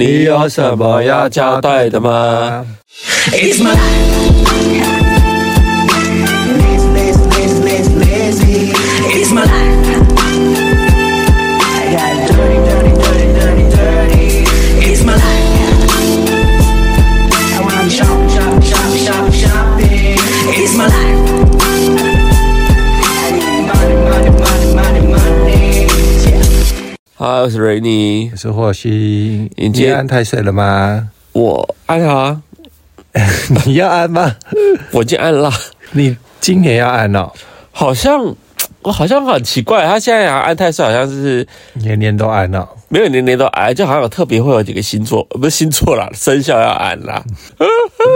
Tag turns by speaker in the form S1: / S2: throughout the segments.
S1: 你有什么要交代的
S2: 啊
S1: 吗？
S3: It's my life. Lazy, lazy, lazy, lazy, lazy. It's my life. I got dirty, dirty, dirty, dirty, dirty. It's my life. I wanna shop, shop, shop, shop, shopping. It's my life. I need money, money, money, money, money. Yeah.
S1: 嗨，我是瑞尼
S2: 我，是霍希，
S1: 迎
S2: 你
S1: 接
S2: 安太岁了吗？
S1: 我按啊，
S2: 你要安吗？
S1: 我已经按了，
S2: 你今年要安哦，
S1: 好像我好像很奇怪，他现在啊按太岁好像是
S2: 年年都安哦。
S1: 没有年年都按，就好像有特别会有几个星座，呃不是星座啦，生肖要按啦。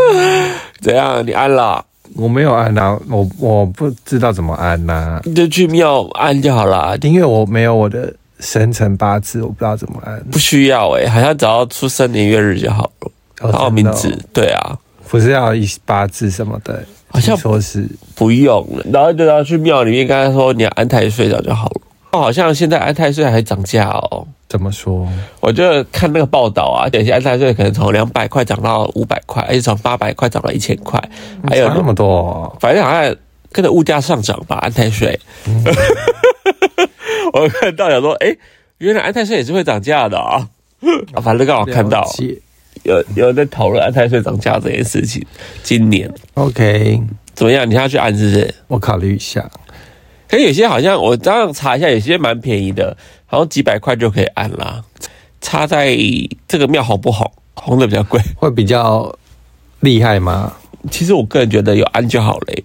S1: 怎样？你按了
S2: 我没有安啊，我我不知道怎么安呐、
S1: 你就去庙按就好啦，
S2: 因为我没有我的生辰八字，我不知道怎么安。
S1: 不需要诶、好像只要出生年月日就好了，
S2: 哦
S1: 然后
S2: 真
S1: 名
S2: 的哦
S1: 字，对啊。
S2: 不是要一八字什么的，
S1: 好像
S2: 听说是
S1: 不用了，然后就要去庙里面跟他说你要安太岁了就好了。哦好像现在安太岁还涨价哦，
S2: 怎么说？
S1: 我就看那个报道啊，有些安太岁可能从两百块涨到五百块，而且从八百块涨到一千块，还有
S2: 差那么多哦、
S1: 反正好像跟着物价上涨吧，安太岁。
S2: 嗯
S1: 我看到想说，哎、原来安太岁也是会涨价的啊、啊反正刚好看到
S2: 嗯了解
S1: 有有人在讨论安太岁涨价这件事情，今年
S2: OK，
S1: 怎么样？你要去安是不是？
S2: 我考虑一下。
S1: 可是有些好像我这样查一下，有些蛮便宜的，好像几百块就可以按啦。差在这个庙红不红，红的比较贵。
S2: 会比较厉害 吗？
S1: 其实我个人觉得有安就好嘞，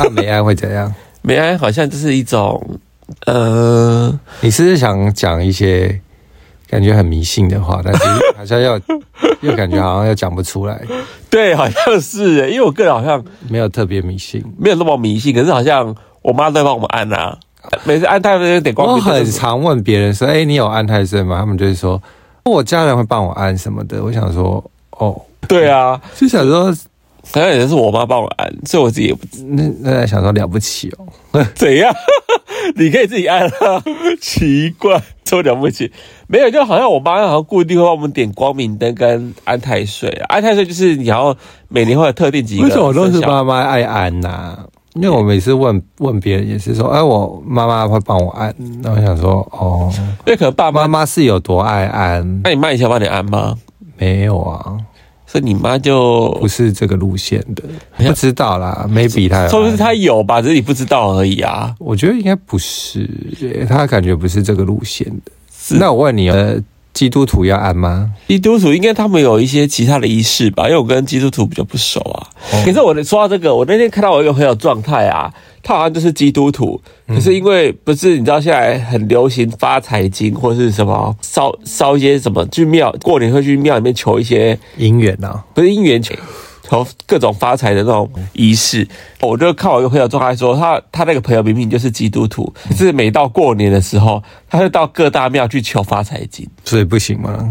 S2: 那没安会怎样？
S1: 没安好像就是一种，呃，
S2: 你是不是想讲一些感觉很迷信的话，但是好像要 又感觉好像又讲不出来，
S1: 对，好像是耶，因为我个人好像
S2: 没有特别迷信。
S1: 没有那么迷信，可是好像我妈都在帮我们按啊，每次按太阳得光
S2: 我
S1: 明灯
S2: 很
S1: 就是
S2: 常问别人说：“哎、你有安泰岁吗？”他们就会说：“我家人会帮我安什么的。”我想说：“哦，
S1: 对啊，
S2: 就想说
S1: 好像也是我妈帮我按，所以我自己也不知
S2: 那那想说了不起哦。
S1: 怎样？ 你可以自己按啊，奇怪，这么了不起？没有，就好像我妈好像固定会帮我们点光明灯跟安太岁啊，安太岁就是你要每年会有特定几”个
S2: 为
S1: 生肖。
S2: 什么都是妈妈爱安呐、因为我每次问问别人也是说：“哎、我妈妈会帮我安。”那我想说：“哦，
S1: 因为可能爸妈
S2: 妈，妈是有多爱安
S1: 那你妈以前帮你按吗？
S2: 没有啊？”
S1: 所以你妈就
S2: 不是这个路线的，
S1: 有
S2: 不知道啦，没比他。
S1: 说不定她，有吧，只是你不知道而已啊。
S2: 我觉得应该不是，欸他感觉不是这个路线的。那我问你，呃，基督徒要按吗？
S1: 基督徒应该他们有一些其他的仪式吧，因为我跟基督徒比较不熟啊。可是我说到这个，我那天看到我一个朋友状态啊，他好像就是基督徒，可是因为不是你知道现在很流行发财金或是什么烧烧一些什么去庙过年会去庙里面求一些
S2: 姻缘啊，
S1: 不是姻缘求求各种发财的那种仪式。我就看我一个朋友状态说，他他那个朋友明明就是基督徒，可是每到过年的时候，他就到各大庙去求发财金，
S2: 所以不行吗？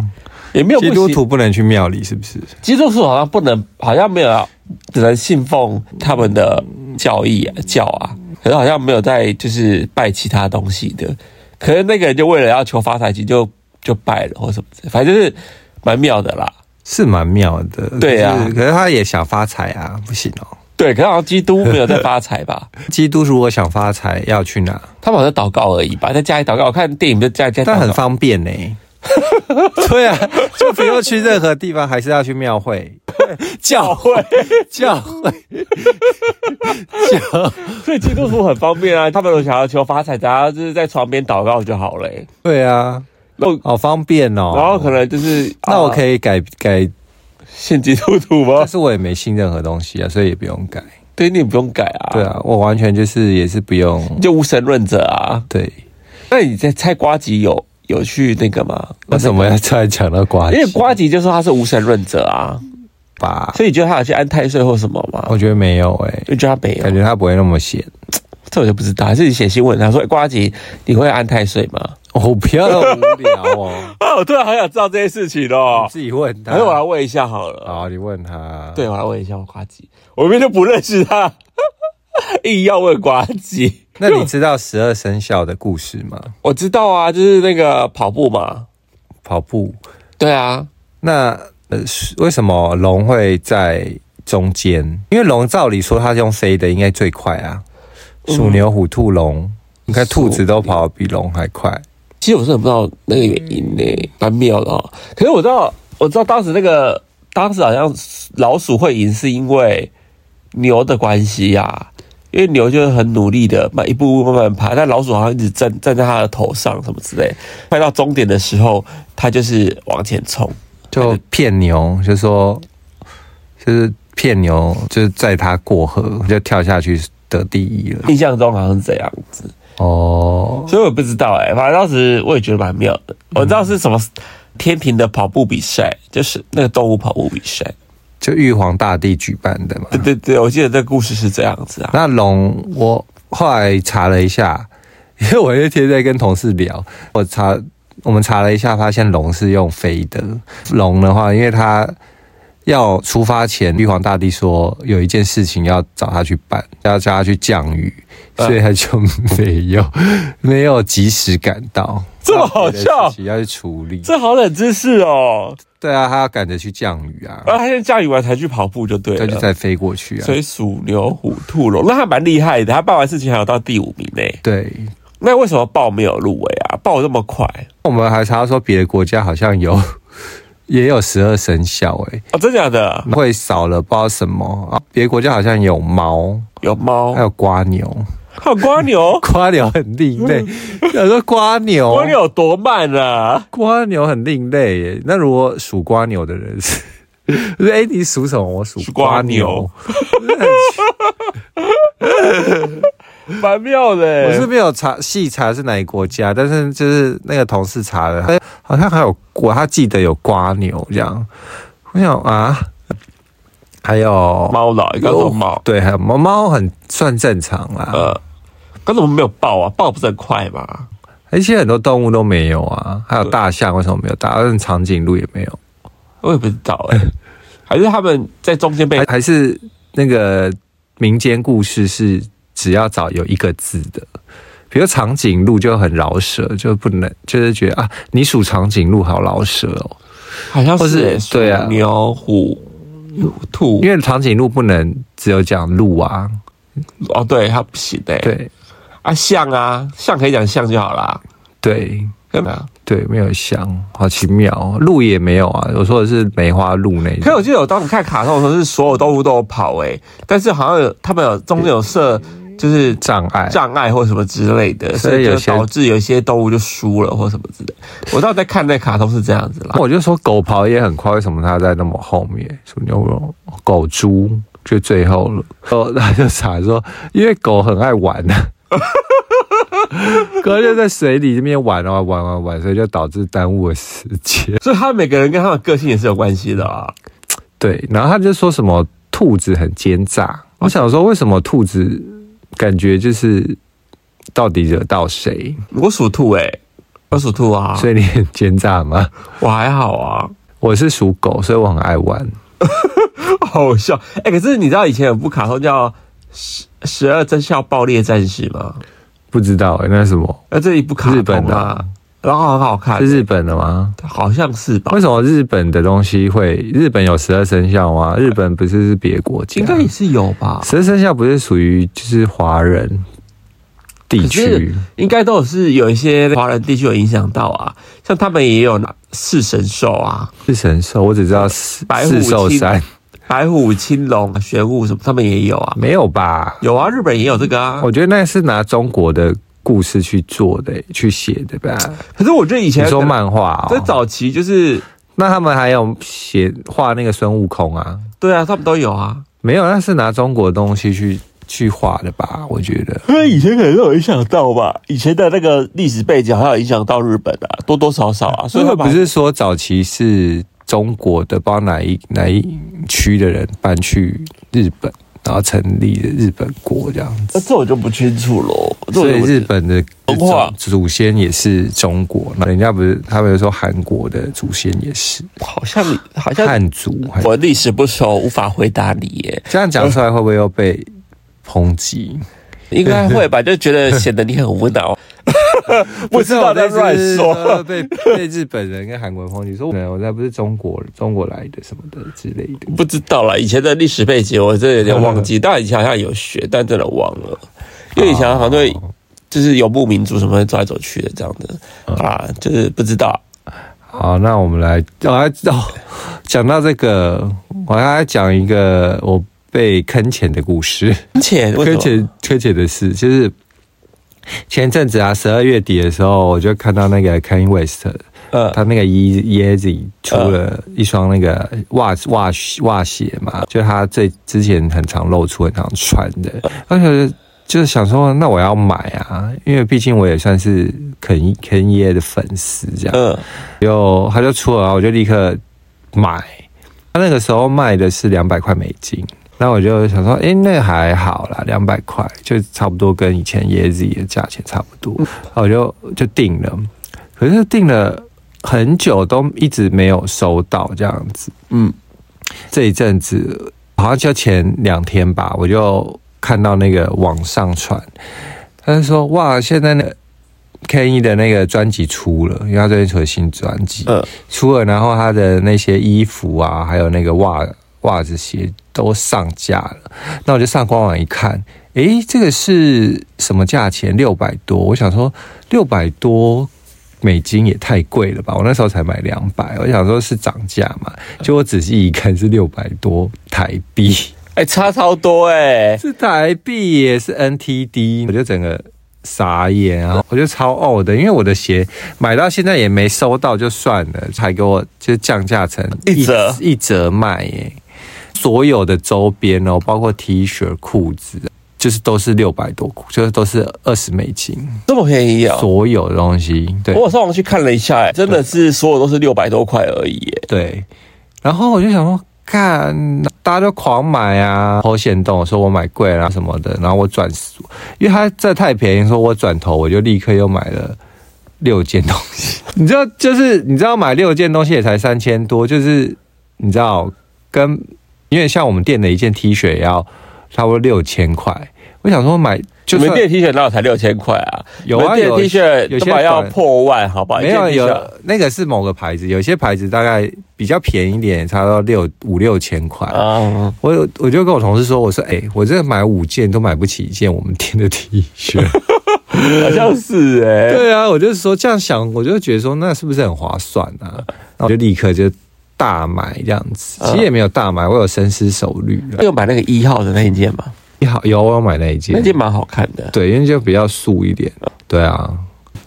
S1: 也没有不
S2: 基督
S1: 行啊
S2: 徒不能去庙里，是不是？
S1: 基督徒好像不能，好像没有要，只能信奉他们的教义、啊、教啊，可是好像没有在就是拜其他东西的。可是那个人就为了要求发财金就，就拜了或什么的，反正就是蛮妙的啦。
S2: 是蛮妙的，
S1: 对啊
S2: 可是可是他也想发财啊，不行哦。
S1: 对，可是好像基督没有在发财吧？
S2: 基督如果想发财，要去哪？
S1: 他们好像祷告而已吧，在家里祷告。我看电影就在家里
S2: 但
S1: 祷
S2: 很
S1: 告。
S2: 方便呢、 对啊，就不用去任何地方，还是要去庙会、
S1: 教会，
S2: 教会、教
S1: 所以基督徒很方便啊。他们如果想要求发财，大家就是在床边祷告就好了、欸。
S2: 对啊，
S1: 然后，
S2: 好方便哦。
S1: 然后可能就是啊
S2: 那我
S1: 以
S2: 可以改改，
S1: 信基督徒吗
S2: 但？是我也没信任何东西啊，所以也不用改。
S1: 对，你也不用改啊。
S2: 对啊，我完全就是也是不用。
S1: 就无神论者啊。
S2: 对，
S1: 那你在猜瓜吉有有去那个吗？
S2: 为什么要突然讲到瓜
S1: 因为
S2: 子
S1: 瓜吉就说他是无神论者啊，
S2: 吧？
S1: 所以你觉得他有去安太岁或什么吗？
S2: 我觉得没有哎、
S1: 我觉得他没
S2: 感
S1: 有，
S2: 觉他不会那么闲。
S1: 这我就不知道。还是你写新闻他说、欸瓜吉你会安太岁吗？，
S2: 我、不要那么无聊哦
S1: 啊，我突然好想知道这件事情哦
S2: 你。自己问他。哦
S1: 还是我来问一下好了。
S2: 好，你问他。
S1: 啊对，，我来问一下瓜吉，我明明就不认识他， 硬要问瓜吉。
S2: 那你知道十二生肖的故事吗？
S1: 我知道啊，就是那个跑步嘛，
S2: 跑步
S1: 对啊，
S2: 那呃，是为什么龙会在中间？因为龙照理说它是用飞的，应该最快啊。
S1: 嗯
S2: 鼠、牛、虎、兔、龙，你看兔子都跑得比龙还快。
S1: 其实我真的不知道那个原因呢、蛮妙的哦。可是我知道，我知道当时那个当时好像老鼠会赢是因为牛的关系呀、因为牛就是很努力的，慢一步步慢慢爬，但老鼠好像一直站站在它的头上什么之类。快到终点的时候，它就是往前冲。
S2: 就骗牛，就说就是骗牛，就是载他过河，就跳下去得第一了。
S1: 印象中好像是这样子，
S2: 哦，
S1: 所以我也不知道哎、反正当时我也觉得蛮妙的。我知道是什么天庭的跑步比赛，就是那个动物跑步比赛。
S2: 就玉皇大帝举办的嘛。
S1: 对对对，我记得这个故事是这样子啊。
S2: 那龙，我后来查了一下， 因为我那天在跟同事聊，我查我们查了一下，发现龙是用飞的。龙的话，因为它要出发前，玉皇大帝说有一件事情要找他去办，要叫他去降雨，
S1: 啊
S2: 所以他就没有、 没有及时赶到。
S1: 这么好笑
S2: 他有别的事情要去处理。
S1: 这好冷知识哦！
S2: 对啊，他要赶着去降雨啊，
S1: 然后他现在降雨完才去跑步就对
S2: 他就
S1: 了。
S2: 再飞过去啊
S1: 所。以鼠、牛、虎、兔、龙，那还蛮厉害的。他办完事情还有到第五名呢。
S2: 对，
S1: 那为什么豹没有入围啊？豹这么快
S2: 我们还查到说别的国家好像有 也有十二生肖诶、
S1: 哦？真假的？
S2: 会少了不知道什么啊。别的国家好像有猫，
S1: 有猫
S2: 还，有瓜牛，。
S1: 还有瓜牛
S2: 瓜牛很另类。有说瓜牛，
S1: 嗯瓜牛有多慢啊？
S2: 瓜牛很另类耶。那如果属瓜牛的人是， 我说哎，你属什么？我属
S1: 属瓜
S2: 瓜
S1: 牛
S2: 牛。
S1: 蛮妙的欸。
S2: 我是没有查细查是哪个国家，但是就是那个同事查的，他好像还有瓜，他记得有瓜牛这样。我想啊，还有
S1: 猫佬，你刚说猫，
S2: 对，还有猫猫很算正常啦。
S1: 呃，刚怎么没有豹啊？豹不是很快吗？
S2: 而且很多动物都没有啊，
S1: 呃
S2: 还有大象为什么没有大？但长颈鹿也没有，
S1: 我也不知道哎、还是他们在中间被
S2: 还还是那个民间故事是只要找有一个字的，比如长颈鹿就很饶舌，就不能就是觉得啊，你属长颈鹿好饶舌哦，
S1: 好像
S2: 或
S1: 是
S2: 是
S1: 欸鼠
S2: 对啊
S1: 牛虎兔
S2: 因为长颈鹿不能只有讲鹿啊，
S1: 哦，对，它不行哎、
S2: 对
S1: 啊，象啊，象可以讲象就好啦。
S2: 对
S1: 对啊，
S2: 对，没有像，好奇妙哦，鹿也没有啊，我说的是梅花鹿那一
S1: 可是
S2: 种，
S1: 我记得我当时看卡通的时候，是所有动物都有跑哎、但是好像有他们有中间有设就是
S2: 障碍，
S1: 障碍或什么之类的，
S2: 所以
S1: 所以就
S2: 有些
S1: 导致有些动物就输了或什么之类。我当时在看那卡通是这样子啦，
S2: 我就说狗跑也很快，为什么它在那么后面？属牛狗狗猪就最后了。哦，他就查说，因为狗很爱玩啊，狗就在水里这边玩啊玩玩玩，所以就导致耽误了时间。
S1: 所以他每个人跟他的个性也是有关系的啊。
S2: 对，然后他就说什么兔子很奸诈，我想说为什么兔子感觉就是到底惹到谁？
S1: 我属兔哎、我属兔啊，
S2: 所以你很奸诈吗？
S1: 我还好啊，
S2: 我是属狗，所以我很爱玩。
S1: 好笑哎、可是你知道以前有部卡通叫《十十二生肖爆裂战士》吗？
S2: 不知道、欸、那是什么
S1: 那这一部卡通啊
S2: 日本的啊
S1: 然后很好看
S2: 是，日本的吗？
S1: 好像是吧
S2: 为？什么日本的东西会？日本有十二生肖吗？日本不是是别国家？
S1: 应该也是有吧？
S2: 十二生肖不是属于就是华人地
S1: 可是
S2: 区？
S1: 应该都是有一些华人地区有影响到啊，像他们也有拿四神兽啊，
S2: 是神兽，我只知道四
S1: 白虎
S2: 四兽
S1: 青
S2: 山
S1: 白虎、青龙、玄武什么，他们也有啊，
S2: 没有吧？
S1: 有啊，日本也有这个啊。
S2: 我觉得那是拿中国的故事去做的、去写的吧？
S1: 可是我觉得以
S2: 你
S1: 前
S2: 说漫画
S1: 在
S2: 哦？
S1: 早期就是
S2: 那他们还有写画那个孙悟空啊？
S1: 对啊，他们都有啊。
S2: 没有，那是拿中国的东西去去画的吧？我觉得。
S1: 因为以前可能都有影响到吧，以前的那个历史背景好像有影响到日本啊，多多少少啊，所
S2: 所
S1: 以
S2: 以
S1: 他
S2: 不
S1: 们
S2: 是说早期是中国的，不知道哪一哪一区的人搬去日本，然后成立了日本国这样子。
S1: 这我就不清楚喽。这我
S2: 所
S1: 就
S2: 以
S1: 不
S2: 日本的
S1: 文化
S2: 祖祖先也是中国，那人家不是他们说韩国的祖先也是
S1: 好像好像
S2: 汉族，还
S1: 我历史不熟，无法回答你耶。
S2: 这样讲出来会不会又被抨击？
S1: 应该会吧？就 觉得显得你很无 脑，不知道
S2: 我
S1: 在
S2: 那
S1: 乱
S2: 次
S1: 说。
S2: 呃被被日本人跟韩国人抨击说，没有我那不是中国中国来的什么的之类的。
S1: 不知道啦，以前的历史背景我真的有点忘 记，但以前好像有学，但真的忘了，因为以前好像对就是游牧民族什么会走来走去的这样子
S2: 嗯
S1: 啊，就是不知道。
S2: 好，那我们来，我还哦，讲到这个，我还要讲一个我被坑钱的故事，
S1: 而且为什
S2: 坑
S1: 么
S2: 钱坑钱的事，就是前阵子啊，十二月底的时候，我就看到那个 Kanye West，
S1: 呃
S2: 他那个 Ye Yeezy 出了一双那个袜子袜鞋袜鞋嘛，就他最之前很常露出、很常穿的，
S1: 啊
S2: 而且就是想说，那我要买啊，因为毕竟我也算是肯肯耶的粉丝这样。
S1: 嗯
S2: 就他就出了，然后我就立刻买。他那个时候卖的是两百块美金，那我就想说，诶，那还好啦，两百块就差不多跟以前椰子的价钱差不多，然后我就就定了。可是定了很久都一直没有收到这样子，
S1: 嗯，
S2: 这一阵子好像就前两天吧，我就看到那个网上传，他就说哇，现在那 K E 一的那个专辑出了，因为他最近出了新专辑，
S1: 嗯
S2: 出了，然后他的那些衣服啊，还有那个袜袜子鞋都上架了。那我就上官网一看，诶，这个是什么价钱？六百多。我想说六百多美金也太贵了吧？我那时候才买两百，我想说是涨价嘛。结果仔细一看是六百多台币，
S1: 哎、差超多哎、
S2: 是台币也是 NTD，我就整个。傻眼，然后我就超呕的，因为我的鞋买到现在也没收到就算了，还给我就降价成
S1: 一折
S2: 一折卖耶。所有的周边哦，包括 T 恤、裤子，就是都是六百多，就是都是二十美金，
S1: 这么便宜啊、
S2: 所有的东西。对，
S1: 我上网去看了一下、哎，真的是所有都是六百多块而已、哎
S2: 对，然后我就想说，看大家都狂买啊，好显动，说我买贵了、啊、什么的，然后我转，因为它这太便宜，说我转头我就立刻又买了。六件东西，你知道，就是你知道买六件东西也才三千多，就是你知道跟因为像我们店的一件 T 恤也要差不多六千块，我想说买就
S1: 你们
S2: 算
S1: 店 T 恤哪有才六千块啊？
S2: 有啊
S1: 你们
S2: 有
S1: 店 T 恤
S2: 有
S1: 都
S2: 些
S1: 把要
S2: 款
S1: 破万，好吧？
S2: 没有
S1: 一件 T 恤啊
S2: 有那个是某个牌子，有些牌子大概比较便宜一点，差不多六五六千块。
S1: 啊，
S2: 我有我就跟我同事说，我说哎、欸我这买五件都买不起一件我们店的 T 恤。
S1: 好像是哎、
S2: 对啊，我就是说这样想，我就觉得说那是不是很划算啊？那我就立刻就大买这样子，其实也没有大买，我有深思熟虑了。
S1: 有买那个一号的那一件嘛，
S2: 你好，有我有买那一
S1: 嗯那
S2: 件，
S1: 件蛮好看的。
S2: 对，因为就比较素一点。对啊，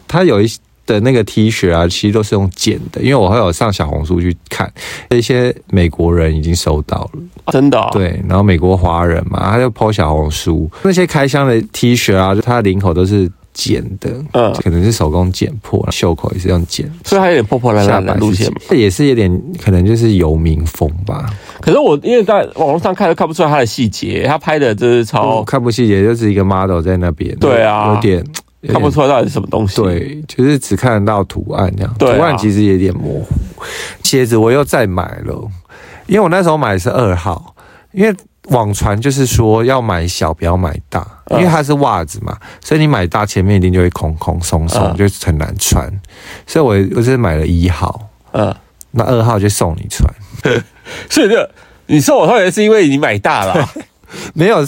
S2: 它有一些的那个 T 恤啊，其实都是用剪的，因为我会有上小红书去看，一些美国人已经收到了。
S1: 真的、哦，，
S2: 对，然后美国华人嘛，他就 PO 小红书那些开箱的 T 恤啊，就它的领口都是剪的，
S1: 嗯
S2: 可能是手工剪破，袖口也是用剪，
S1: 所以它有点破破烂
S2: 下
S1: 烂的
S2: 摆
S1: 路线
S2: 是
S1: 嘛。
S2: 这也是有点可能就是游民风吧，
S1: 可是我因为在网络上看都看不出来它的细节，它拍的就是超、
S2: 看不细节就是一个 model 在那边，
S1: 对啊
S2: 有点有点
S1: 看不出来到底是什么东西。，
S2: 对，就是只看得到图案这样，
S1: 对啊
S2: 图案其实也有点模糊。鞋子我又再买了，因为我那时候买的是二号，因为网传就是说要买小不要买大，因为它是袜子嘛，所以你买大前面一定就会空空松松，
S1: 嗯
S2: 就是很难穿。所以我我是买了一号，
S1: 嗯，
S2: 那二号就送你穿，
S1: 所以就你说我后来是因为你买大了 啊，
S2: 没有。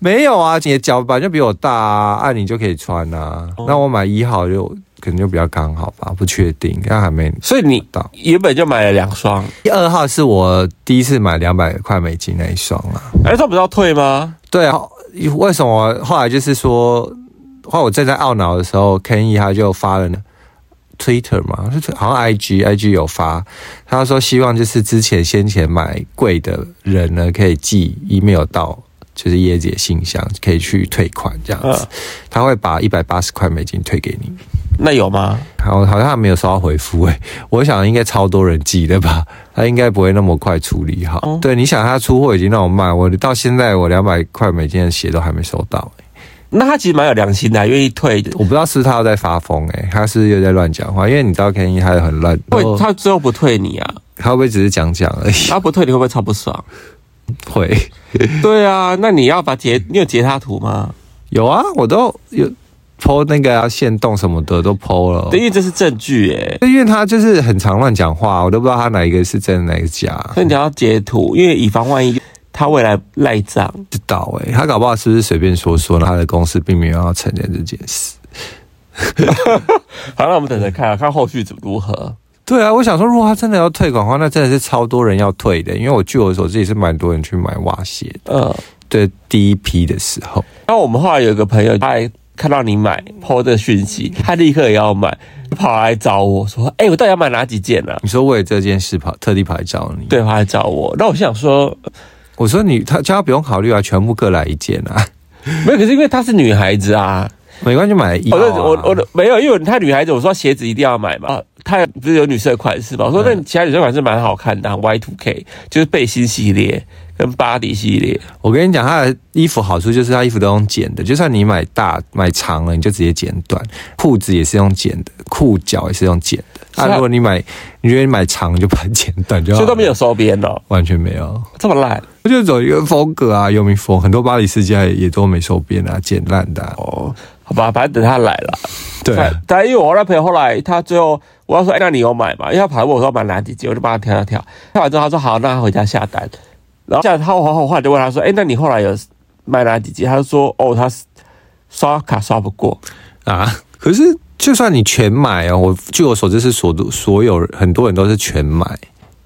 S2: 没有啊，你的脚板就比我大啊，按、你就可以穿啊。
S1: 哦
S2: 那我买一号就可能就比较刚好吧，不确定，但还没
S1: 所以你
S2: 到
S1: 原本就买了两双，
S2: 二号是我第一次买两百块美金那一双啊。
S1: 那双不是要退吗？
S2: 对啊，为什么后来就是说，后来我正在懊恼的时候，Ken y 他就发了呢 Twitter 嘛，就是好像 IG IG 有发，他说希望就是之前先前买贵的人呢，可以寄 email 到。就是椰姐信箱可以去退款这样子
S1: 嗯，
S2: 他会把一百八十块美金退给你。
S1: 那有吗？
S2: 好，好像还没有收到回复诶、欸 我想应该超多人寄的吧， 他应该不会那么快处理好。
S1: 哦
S2: 对，你想他出货已经让我卖，我到现在我两百块美金的鞋都还没收到、欸，
S1: 那他其实蛮有良心的，啊愿意退的。
S2: 我不知道是不是他又在发疯诶、他是不是又在乱讲话，因为你知道 Kenny 他也很乱，
S1: 会
S2: 然后
S1: 他最后不退你啊？
S2: 他会不会只是讲讲而已？
S1: 他不退你会不会超不爽？
S2: 会
S1: 对啊，那你要把截，你有截他图吗？
S2: 有啊，我都有剖那个啊线动什么的都剖了。
S1: 因为这是证据耶。
S2: 因为他就是很常乱讲话，我都不知道他哪一个是真的，哪一个假，
S1: 所以你要截图，因为以防万一他未来赖账。
S2: 不知道哎、他搞不好是不是随便说说，然后他的公司并没有要承认这件事。
S1: 好，那我们等着看、啊，看后续怎么如何。
S2: 对啊，我想说，如果他真的要退款的话，那真的是超多人要退的，因为我据我所知也是蛮多人去买袜鞋的。
S1: 嗯，
S2: 对，第一批的时候，
S1: 那我们后来有一个朋友，他还看到你买 PO 的讯息，他立刻也要买，跑来找我说：“哎、我到底要买哪几件呢、啊
S2: 你说为了这件事跑特地跑来找你，？”
S1: 对，跑来找我。那我想说，
S2: 我说你他叫他不用考虑啊，全部各来一件啊，
S1: 没有，可是因为她是女孩子啊，
S2: 没关系，买一、啊。
S1: 我就我我的没有，因为她女孩子，我说鞋子一定要买嘛。啊她不是有女生的款式嘛？我说那其他女生款式蛮好看的、啊、，Y two K 就是背心系列跟巴黎系列。
S2: 我跟你讲，它的衣服好处就是它衣服都用剪的，就算你买大买长了，你就直接剪短；裤子也是用剪的，裤脚也是用剪的。
S1: 是
S2: 啊，
S1: 啊
S2: 如果你买，你觉得你买长就把它剪短就好，
S1: 所以都没有，收编哦，
S2: 完全没啊有。啊
S1: 这么烂
S2: 我就走一个风格啊，游民风，很多巴黎世家也都没收编啊，剪烂的、啊。
S1: 哦。好吧，反正等他来了。
S2: 对啊，
S1: 但但因为我那朋友后来他最后我要说，哎、那你有买吗？因为他跑来问我说要买哪几件，我就帮他挑挑挑。挑完之后他说好，那他回家下单。然后下他后后后来就问他说，哎、那你后来有买哪几件？他就说哦，他刷卡刷不过。
S2: 啊，可是就算你全买哦，我据我所知是所多所有人很多人都是全买，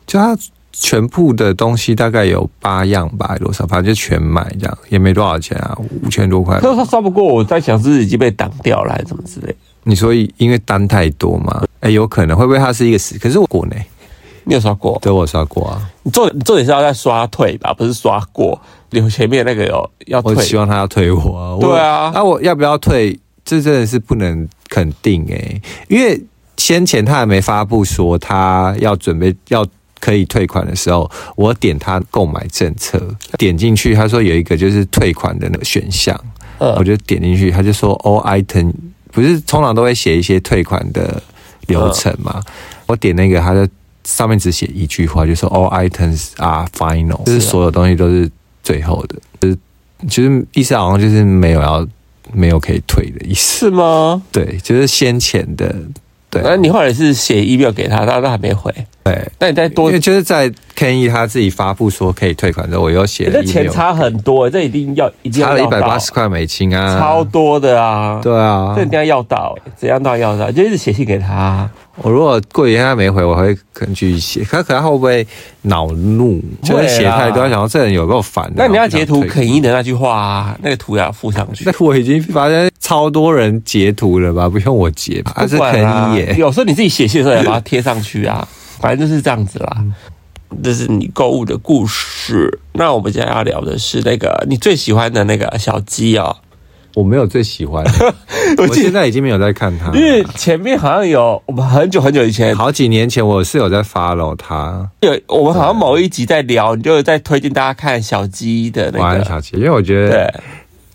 S2: 就他全部的东西大概有八样吧，多少，反正就全买这样，也没多少钱啊，五千多块
S1: 他。说他刷不过，我在想是不是已经被挡掉了，还是怎么之类的。
S2: 你说因为单太多嘛？哎、有可能会不会它是一个死？可是我过呢，
S1: 你有刷过？
S2: 对我有刷过啊，
S1: 你重你重点是要在刷退吧，不是刷过。你前面那个有要
S2: 我希
S1: 退，
S2: 望他要退我啊。我
S1: 对啊
S2: 那、我要不要退？这真的是不能肯定哎、因为先前他还没发布说他要准备要可以退款的时候，我点他购买政策，点进去他说有一个就是退款的那个选项，
S1: 嗯
S2: 我就点进去，他就说 all item 不是通常都会写一些退款的
S1: 嗯
S2: 流程嘛？我点那个，他就上面只写一句话，就说 all items are final，就是
S1: 啊
S2: 所有东西都是最后的，就是就是意思好像就是没有要没有可以退的意思，
S1: 是吗？
S2: 对，就是先前的，对啊，
S1: 那你后来是写 email 给他，他都还没回。
S2: 对。
S1: 那你再多
S2: 因为就是在 Kenny 他自己发布说可以退款之后，我又写
S1: 欸
S2: 了
S1: 这钱
S2: email，
S1: 差很多、欸，这一定要一定
S2: 差
S1: 要
S2: 了一
S1: 要
S2: 百
S1: 到
S2: 八十，块美金啊，
S1: 超多的啊！
S2: 对啊
S1: 这，一定要要到、欸，怎样都要要到，就一直写信给他，
S2: 我如果过几天他没回，我会可能继续写。可可他会不会恼怒？就是写太多，
S1: 会啦
S2: 想到这人有够烦的。
S1: 那你要截图
S2: 然后不想退
S1: 肯伊的那句话、啊，那个图也要附上去。
S2: 那我已经发现超多人截图了吧？不用我截吧？他是
S1: 不管啊啦
S2: 肯耶。
S1: 有时候你自己写信的时候也把它 贴上去啊，反正就是这样子啦。这是你购物的故事。那我们今天要聊的是那个你最喜欢的那个小鸡哦，
S2: 我没有最喜欢的，
S1: 我
S2: 我
S1: 记
S2: 现
S1: 得，
S2: 在已经没有在看他了。
S1: 因为前面好像有我们很久很久以前
S2: 好几年前我是有在 follow 他，
S1: 有，我们好像某一集在聊，你就在推荐大家看小鸡的
S2: 晚
S1: 那
S2: 安
S1: 个，
S2: 小姐，啊因为我觉得
S1: 对，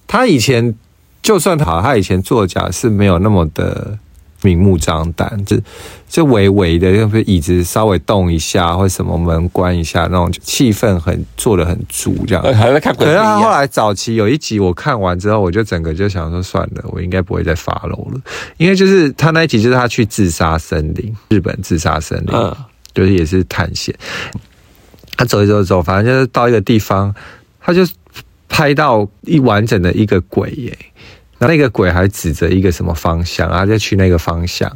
S2: 他以前就算好，他以前作假是没有那么的明目张胆，就就微微的，就是椅子稍微动一下，或什么门关一下那种，气氛很做的很足这样。
S1: 呃好像在看鬼
S2: 可
S1: 片
S2: 是
S1: 一
S2: 他后
S1: 样。
S2: 来早期有一集我看完之后，我就整个就想说算了，我应该不会再发楼了，因为就是他那一集就是他去自杀森林，日本自杀森林，
S1: 嗯
S2: 就是也是探险。他走一走走，反正就是到一个地方，他就拍到一完整的一个鬼耶、然后那个鬼还指着一个什么方向，然后他就去那个方向，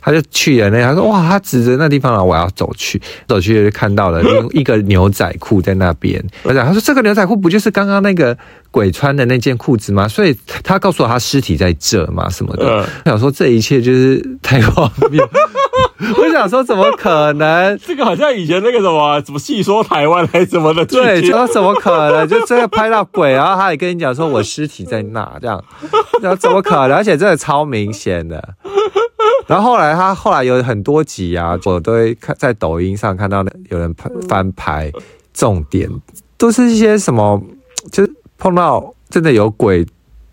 S2: 他就去了那，他说哇，他指着那地方了，我要走去，走去就看到了 一一个牛仔裤在那边，我讲他说这个牛仔裤不就是刚刚那个鬼穿的那件裤子吗？所以他告诉我他尸体在这嘛什么的，
S1: 嗯
S2: 我想说这一切就是太荒谬， 我想说怎么可能？
S1: 这个好像以前那个什么什么戏说台湾还是什么的剧
S2: 对，
S1: 情，
S2: 就怎么可能？ 就真的拍到鬼，然后他也跟你讲说我尸体在那，这样，然后怎么可能？而且真的超明显的。然后后来他后来有很多集啊，我都会看在抖音上看到有人拍翻拍，重点都是一些什么，就是碰到真的有鬼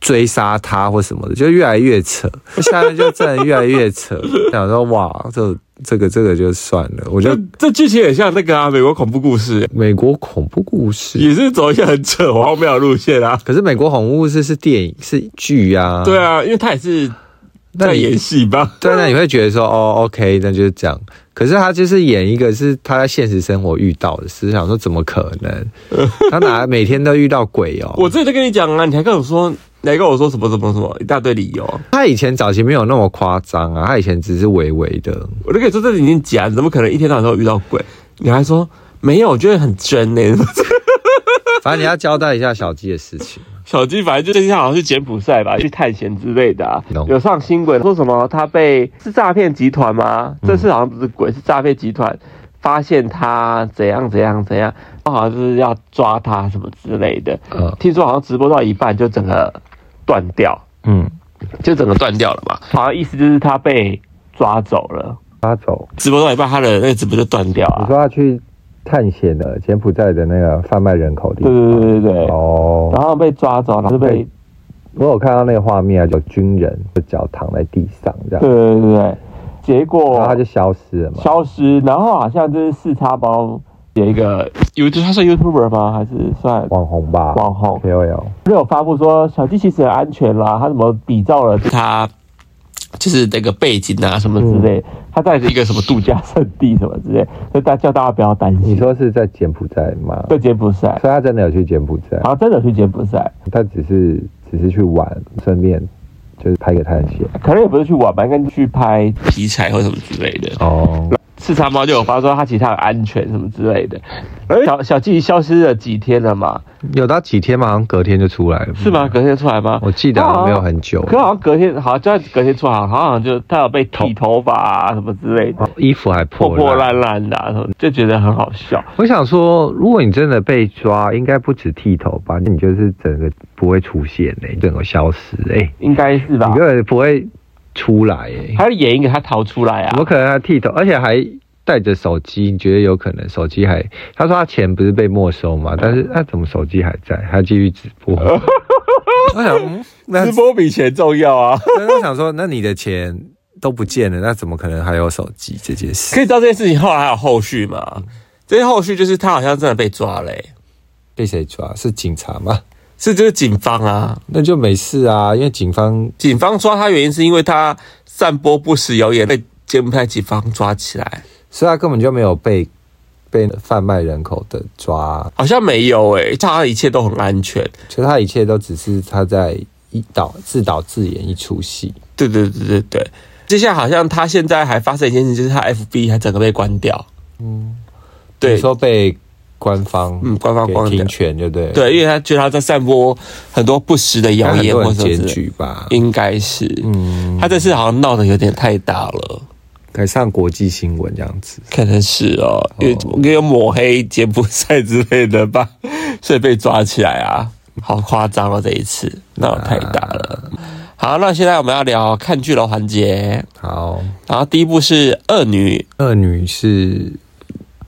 S2: 追杀他或什么的，就越来越扯。下面就真的越来越扯，想说哇，这这个这个就算了，我就
S1: 这这剧情很像那个啊，美国恐怖故事，
S2: 美国恐怖故事。
S1: 也是走一些很扯荒谬的路线啊。
S2: 可是美国恐怖故事是电影是剧啊，
S1: 对，啊，因为他也是
S2: 那
S1: 在
S2: 你
S1: 演戏吧？
S2: 对，那你会觉得说，哦，OK，那就是这样。可是他就是演一个是他在现实生活遇到的事，想说怎么可 能？他哪每天都遇到鬼哦？
S1: 我之前就跟你讲啊，你还跟我说，你还跟我说什么什么什么一大堆理由，
S2: 他以前早期没有那么夸张啊，他以前只是微微的。
S1: 我就跟你说这是已经假，你怎么可能一天到晚都有遇到鬼？你还说没有，我觉得很真欸呢、
S2: 反正你要交代一下小鸡的事情，
S1: 小鸡反正就是他好像去柬埔寨吧，去探险之类的、啊
S2: No
S1: 有上新闻说什么他被是诈骗集团吗？这次好像不是鬼，是诈骗集团发现他怎样怎样怎样，哦好像就是要抓他什么之类的。
S2: 嗯
S1: 听说好像直播到一半就整个断掉，
S2: 嗯，
S1: 就整个断掉了嘛，好像意思就是他被抓走了。
S2: 他走，
S1: 直播到一半，他的那个直播就断掉
S2: 你
S1: 啊！
S2: 说他去探险的柬埔寨的那个贩卖人口地
S1: 对对对对对，
S2: 哦，
S1: 然后被抓走，然后就被
S2: 我有看到那个画面啊，有军人就脚躺在地上这
S1: 对
S2: 样，
S1: 对对对，结果
S2: 然后他就消失了嘛。
S1: 消失，然后好像就是四叉包有一个 You 他算 YouTuber 吗？还是算
S2: 网红吧，
S1: 网红
S2: KOL，
S1: 没有发布说小鸡其实很安全啦，他怎么比照了他就是那个背景啊什么之类，他在一个什么度假胜地什么之类，所以大叫大家不要担
S2: 你
S1: 心。
S2: 说是在柬埔寨吗？
S1: 在柬埔寨，
S2: 所以他真的有去柬埔寨，
S1: 好像真的去柬埔寨，
S2: 他只是只是去玩，顺便就是拍个探险。
S1: 可能也不是去玩吧，应该去拍皮柴或什么之类的。
S2: 哦，
S1: 四叉猫就有发说它其实它很安全什么之类的，而小小鸡消失了几天了嘛，
S2: 有到几天嘛？好像隔天就出来了，
S1: 是吗？？隔天出来吗？
S2: 嗯我记得好像没有很久
S1: 可好像隔天，好像就算隔天出来，好像就他有被剃头发啊什么之类的，
S2: 衣服还
S1: 破
S2: 哦破
S1: 破。烂烂的、啊，什么就觉得很好笑。
S2: 我想说，如果你真的被抓，应该不止剃头吧？你就是整个不会出现嘞、整个消失哎、
S1: 应该是吧
S2: 你？根本不会出来哎、
S1: 他要演一个他逃出来啊
S2: 怎么？可能他剃头，而且还带着手机？你觉得有可能手机还？他说他钱不是被没收嘛，但是他、怎么手机还在？还继续直播？ 我想，嗯 那
S1: 播比钱重要啊！
S2: 那我想说，那你的钱都不见了，那怎么可能还有手机这件 事？
S1: 可以知道这件事情后来还有后续吗？这些后续就是他好像真的被抓嘞、
S2: 被谁抓？是警察吗？
S1: 是就是警方啊，
S2: 那就没事啊，因为警方
S1: 警方抓他原因是因为他散播不实谣言被柬埔寨警方抓起来，
S2: 所以他根本就没有被被贩卖人口的抓，
S1: 好像没有诶、他好像一切都很安全。
S2: 就他一切都只是他在一导自导自演一出戏。
S1: 对对对对对，接下来好像他现在还发生一件事，就是他 FB 还整个被关掉。嗯，
S2: 你
S1: 对，
S2: 说被官方
S1: 嗯官方
S2: 给
S1: 关掉
S2: 停权，对不对？，
S1: 对，因为他觉得他在散播很多不实的谣
S2: 很
S1: 言
S2: 多
S1: 或
S2: 人
S1: 者什
S2: 检
S1: 么之类，
S2: 举吧，
S1: 应该是。嗯，他这次好像闹得有点太大了，
S2: 改上国际新闻这样子。
S1: 可能是哦，因为因为有抹黑柬埔寨之类的吧， 所以被抓起来啊，好夸张哦这一次闹得太大了。
S2: 啊
S1: 好，那现在我们要聊看剧的环节，
S2: 好，
S1: 然后第一部是《恶女
S2: 二女是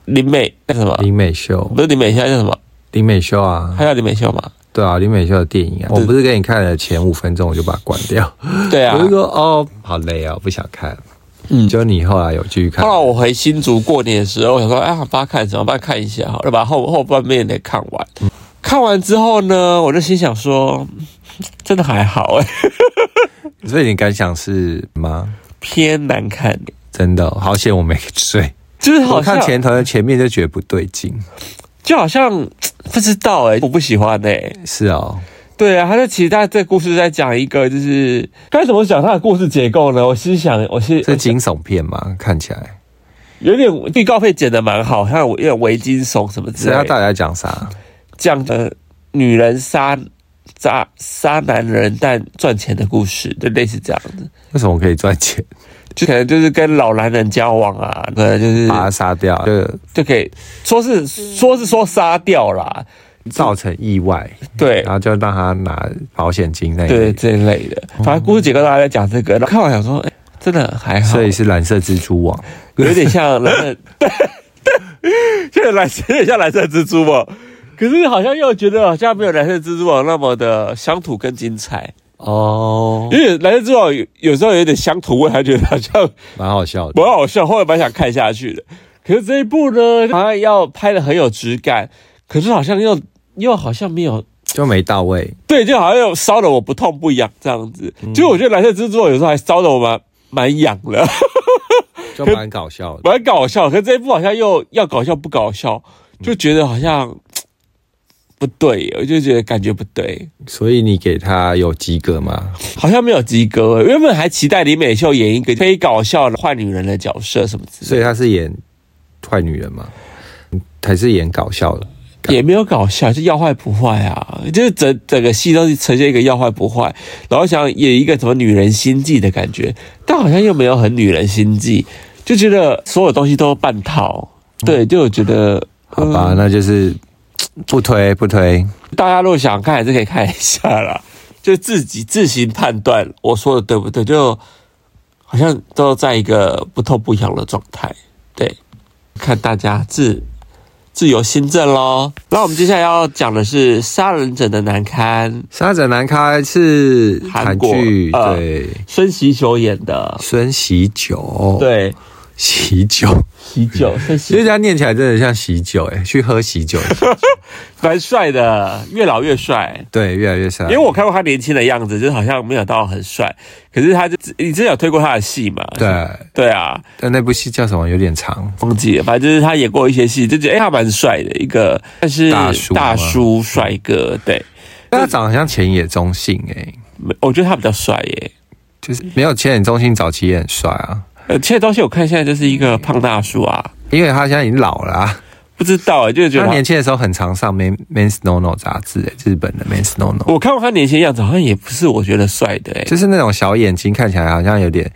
S1: 林美》，那什么？
S2: 林美秀，
S1: 不是林美秀，叫什么？
S2: 林美秀啊，
S1: 她叫林美秀吗？
S2: 对啊，林美秀的电影啊，我不是给你看了前五分钟我就把它关掉，
S1: 对 啊
S2: 我。就说哦，好累啊，不想看。
S1: 嗯
S2: 就你后来有继续看
S1: 后，来我回新竹过年的时候，我想说，哎，把它看什么？把它看一下好了，把后后半面的看完。看完之后呢，我就心想说，嗯真的还好哎、
S2: 所以你感想是吗？
S1: 偏难看，
S2: 真的哦好险我没追，
S1: 就是好
S2: 我看
S1: 像
S2: 前头的前面就觉得不对劲。
S1: 就好像不知道哎、我不喜欢哎、
S2: 是哦，
S1: 对啊，他就其实他这故事在讲一个，就是该怎么讲他的故事结构呢？我心想，我心
S2: 是惊悚片吗？看起来，
S1: 有点预告片剪的蛮好，像有点围巾手什么之
S2: 所
S1: 类
S2: 以他
S1: 的。
S2: 到底在讲啥？
S1: 这样的女人杀杀杀男人但赚钱的故事，就类似这样子，
S2: 为什么可以赚 钱？
S1: 就可能就是跟老男人交往啊，可能就是
S2: 把他杀掉，啊就
S1: 就可以说是说是说杀掉啦，
S2: 造成意外，
S1: 对
S2: 然后就让他拿保险金那一类
S1: 对，这一类的。反正故事结构大家在讲这个，然后看完想说，哎、真的还好
S2: 所，以是蓝色蜘蛛网。
S1: 有点像蓝色，对对，就是蓝色，有点像蓝色蜘蛛网。可是好像又觉得好像没有蓝色蜘蛛网那么的乡土跟精彩，
S2: 哦，
S1: 因为《蓝色之王》有有时候有点乡土味，还觉得好像
S2: 蛮好笑的
S1: 蛮。好笑，后来蛮想看下去的。可是这一部呢，好像要拍的很有质感，可是好像又又好像没有，
S2: 就没到位。
S1: 对，就好像又烧的我不痛不痒这样子。就我觉得《蓝色之王》有时候还烧的我蛮蛮痒了，
S2: 就蛮搞笑的。
S1: 蛮搞笑。可是这一部好像又要搞笑不搞笑，就觉得好像。不对，我就觉得感觉不对，
S2: 所以你给他有及格吗？
S1: 好像没有及格。原本还期待李美秀演一个非搞笑的坏女人的角色什么之类的，
S2: 所以他是演坏女人吗？还是演搞笑的？
S1: 也没有搞笑，就要坏不坏啊，就是整整个戏都是呈现一个要坏不坏，然后想演一个什么女人心计的感觉，但好像又没有很女人心计，就觉得所有东西都半套。对，就我觉得，
S2: 哦
S1: 呃
S2: 好吧，那就是嘖不推不推。
S1: 大家如果想看，还是可以看一下啦， 就自己自行判断我说的对不对，就好像都在一个不痛不痒的状态。对，看大家自自由心证喽。那我们接下来要讲的是《杀人者的难堪》。
S2: 沙者南开是
S1: 韩
S2: 韩啊
S1: 国
S2: 剧，
S1: 呃
S2: 对，
S1: 孙喜九演的，
S2: 孙喜酒，，
S1: 对，
S2: 喜酒，
S1: 喜九，孙
S2: 其实
S1: 喜
S2: 他念起来真的像喜酒，哎，去喝 喜酒，
S1: 蛮帅的，越老越帅。
S2: 对，越来越像
S1: 因为。我看过他年轻的样子，就是好像没有到很帅，可是他就你之前有推过他的戏嘛？
S2: 对，
S1: 对啊，
S2: 但那部戏叫什么？有点长，
S1: 忘记了，反正就是他演过一些戏，就觉得哎、他蛮帅的一个，但是
S2: 大叔吗
S1: 大叔啊帅哥，对，
S2: 但他长得像前野中信，哎，
S1: 没我觉得他比较帅耶。
S2: 就是没有前野中信早期也很帅啊，
S1: 呃，这些东西我看现在就是一个胖大叔啊，
S2: 因为他现在已经老了、啊。
S1: 不知道哎，就是觉
S2: 他
S1: 得他
S2: 年轻的时候很常上《Man Man s No No》杂志，欸日本的《Man s No No》，
S1: 我看过他年轻的样子，好像也不是我觉得帅的哎，
S2: 就是那种小眼睛，看起来好像有点，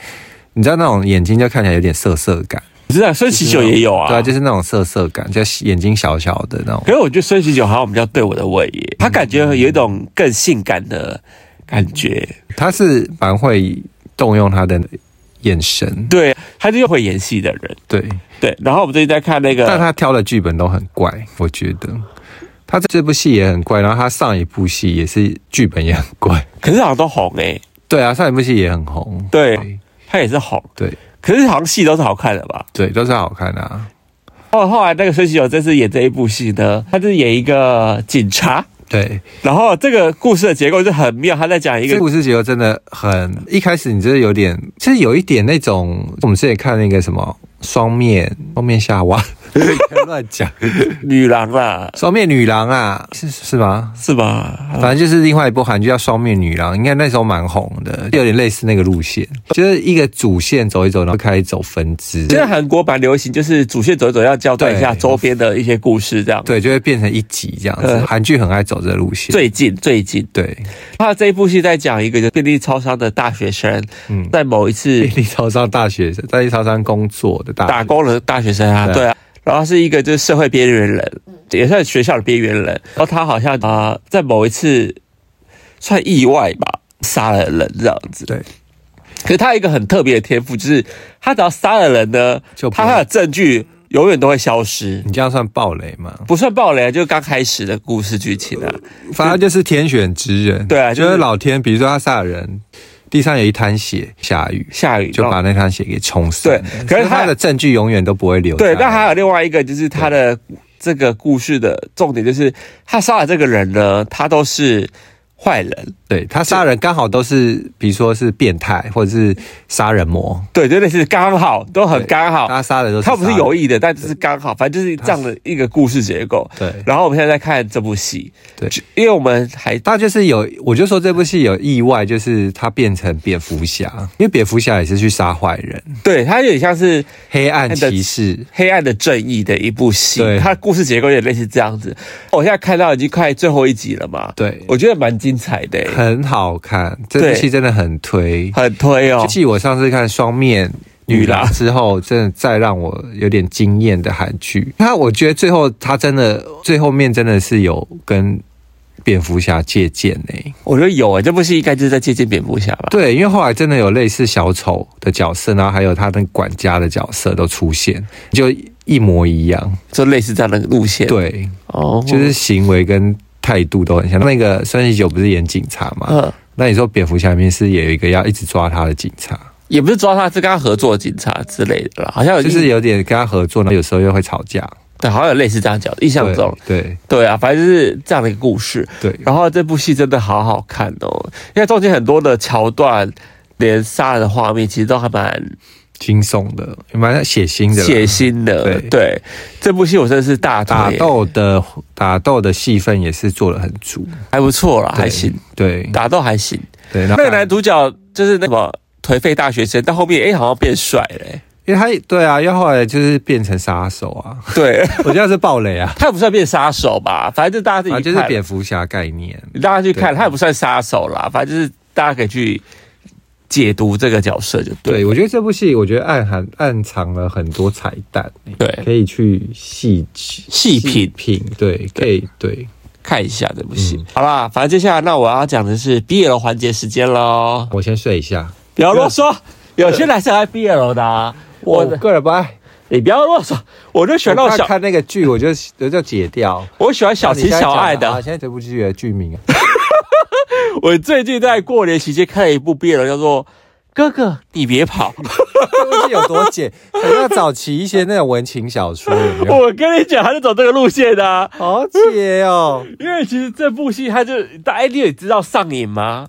S2: 你知道那种眼睛就看起来有点涩涩感，
S1: 你知道孙喜九也有啊，
S2: 对啊，就是那种涩涩感，就眼睛小小的那种
S1: 可。是我觉得孙喜九好像比较对我的胃耶，他感觉有一种更性感的感觉。
S2: 他是蛮会动用他的眼神，
S1: 对，他是又会演戏的人。
S2: 对，
S1: 对，然后我们最近在看那
S2: 但
S1: 个，
S2: 他挑的剧本都很怪，我觉得。他这部戏也很怪，然后他上一部戏也是剧本也很怪。
S1: 可是好像都红哎、
S2: 对啊，上一部戏也很红。
S1: 对，他也是红，
S2: 对
S1: 可是好像戏都是好看的吧？
S2: 对，都是好看的啊。
S1: 后后来那个孙喜九这次演这一部戏呢，他是演一个警察，
S2: 对，
S1: 然后这个故事的结构就很妙，他在讲一个
S2: 这个故事结构真的很，一开始你就是有点，就是有一点那种，我们之前看那个什么双面双面夏娃， 乱讲，
S1: 女郎啦，
S2: 双面女郎啊，是是吗？
S1: 是吧？
S2: 反正就是另外一部韩剧叫《双面女郎》，应该那时候蛮红的，有点类似那个路线，就是一个主线走一走，然后开始走分支，
S1: 现在韩国蛮流行，就是主线走一走要交代一下
S2: 对
S1: 周边的一些故事，这样。
S2: 对，就会变成一集这样子。
S1: 嗯
S2: 韩剧很爱走这个路线，
S1: 最近最近，
S2: 对，
S1: 他这一部戏在讲一个就是便利超商的大学生，
S2: 嗯
S1: 在某一次
S2: 便利超商大学生，在超商工作的大
S1: 打工的大学生啊，
S2: 对啊嗯
S1: 对啊，然后是一个就是社会边缘人，也算学校的边缘人。然后他好像啊、呃在某一次算意外吧，杀了人这样子。
S2: 对，
S1: 可是他有一个很特别的天赋，就是他只要杀了人呢，
S2: 就不
S1: 他他的证据永远都会消失。
S2: 你这样算暴雷吗？
S1: 不算暴雷啊，就是刚开始的故事剧情啊。
S2: 反正就是天选之人，
S1: 对啊
S2: 就
S1: 就是
S2: 是老天，比如说他杀了人，地上有一滩血，下雨
S1: 下雨
S2: 就
S1: 然后
S2: 把那滩血给冲散了。
S1: 哦对可是他
S2: 他的证据永远都不会留下来。
S1: 对，但还有另外一个就是他的这个故事的重点就是，他杀了这个人呢，他都是坏人，
S2: 对他杀人刚好都是，比如说是变态或者是杀人魔，
S1: 对，真的是刚好，都很
S2: 对
S1: 刚好。
S2: 他杀的都是
S1: 他不是
S2: 杀人
S1: 有意的，但就是刚好，反正就是这样的一个故事结构。
S2: 对
S1: 然后我们现在在看这部戏，
S2: 对
S1: 就，因为我们还
S2: 他就是有，我就说这部戏有意外，就是他变成蝙蝠侠，因为蝙蝠侠也是去杀坏人，
S1: 对它有点像是
S2: 黑暗骑士。
S1: 黑暗的正义的一部戏
S2: 对，
S1: 它的故事结构有点类似这样子。我现在看到已经快最后一集了嘛，
S2: 对
S1: 我觉得蛮精彩的、欸
S2: 很好看，这部
S1: 对
S2: 戏真的很推，
S1: 很推哦。
S2: 继我上次看《双面女
S1: 女
S2: 郎
S1: 郎》
S2: 之后，真的再让我有点惊艳的韩剧。他我觉得最后他真的最后面真的是有跟蝙蝠侠借鉴欸呢、
S1: 我觉得有诶、欸这部戏应该就是在借鉴蝙蝠侠吧。
S2: 对，因为后来真的有类似小丑的角色，然后还有他的管家的角色都出现，就一模一样。
S1: 就类似这样的路线。，
S2: 对，
S1: 哦，
S2: 就是行为跟态度都很像。那个孙喜九不是演警察嘛？
S1: 嗯，
S2: 那你说蝙蝠侠里面是也有一个要一直抓他的警察，
S1: 也不是抓他，是跟他合作的警察之类的啦，好像有
S2: 就是有点跟他合作，然后有时候又会吵架。
S1: 对，好像有类似这样讲的，印象中。
S2: 对
S1: 对啊，反正就是这样的一个故事。
S2: 对
S1: 然后这部戏真的好好看哦，因为中间很多的桥段，连杀人的画面，其实都还蛮
S2: 惊悚的，蛮血腥的啦，
S1: 血腥的。
S2: 对
S1: 对，这部戏我真的是大推
S2: 打斗的打斗的戏份也是做的很足，
S1: 还不错啦，
S2: 对
S1: 还行，，
S2: 对
S1: 打斗还行。
S2: 对。
S1: 那
S2: 那
S1: 个男，主角就是那个颓废大学生，到后面哎、好像变帅了、欸
S2: 因为他对啊，因为后来就是变成杀手啊，
S1: 对
S2: 我觉得是暴雷啊，
S1: 他也不算变杀手吧，反正就大家自己
S2: 啊
S1: 看，
S2: 就是蝙蝠侠概念，
S1: 大家去看，
S2: 对
S1: 他也不算杀手啦，反正就是大家可以去解读这个角色就对
S2: 对，
S1: 了。
S2: 我觉得这部戏，我觉得暗含暗藏了很多彩蛋，
S1: 对
S2: 可以去细细
S1: 品
S2: 品，对，可以对。
S1: 看一下这部戏。
S2: 嗯
S1: 好啦，反正接下来那我要讲的是 BL 环节时间喽，
S2: 我先睡一下，
S1: 不要啰嗦，有些男生爱 BL 的、啊，我
S2: 我个人不爱。
S1: 你不要啰嗦，我就喜欢那
S2: 我
S1: 种小，
S2: 刚看那个剧，我就我就解掉。
S1: 我喜欢小情小爱
S2: 啊，
S1: 的。
S2: 现在这部剧的剧名啊，
S1: 我最近在过年期间看了一部 BL 叫做《哥哥你别跑》，
S2: 这部剧有多解？很像早期一些那种文情小说，有没 有？
S1: 我跟你讲，他是走这个路线的啊、
S2: 好解哦！
S1: 因为其实这部戏它就大哎，你也知道上瘾吗？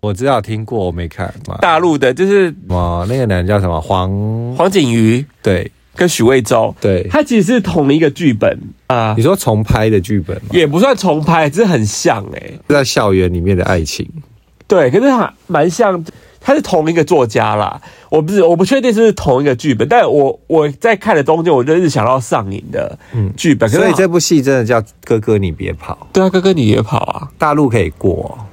S2: 我知道听过，我没看嘛。
S1: 大陆的就是
S2: 什么那个男人叫什么黄？
S1: 黄景瑜
S2: 对
S1: 跟许魏洲，
S2: 对，
S1: 他其实是同一个剧本啊、
S2: 你说重拍的剧本嘛，
S1: 也不算重拍，只是很像哎、
S2: 在校园里面的爱情。
S1: 对，可是还蛮像，他是同一个作家啦。我不是我不确定是不是同一个剧本，但我我在看的中间，我就是想到上瘾的剧本。可是
S2: 嗯所以这部戏啊真的叫《哥哥你别跑》，
S1: 对啊，哥哥你也跑啊。
S2: 大陆可以过。哦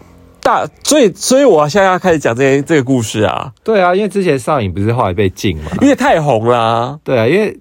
S1: 大，所以所以我现在要开始讲这些这个故事啊，
S2: 对啊，因为之前上瘾不是后来被禁嘛？
S1: 因为太红啦、啊。
S2: 对啊，因为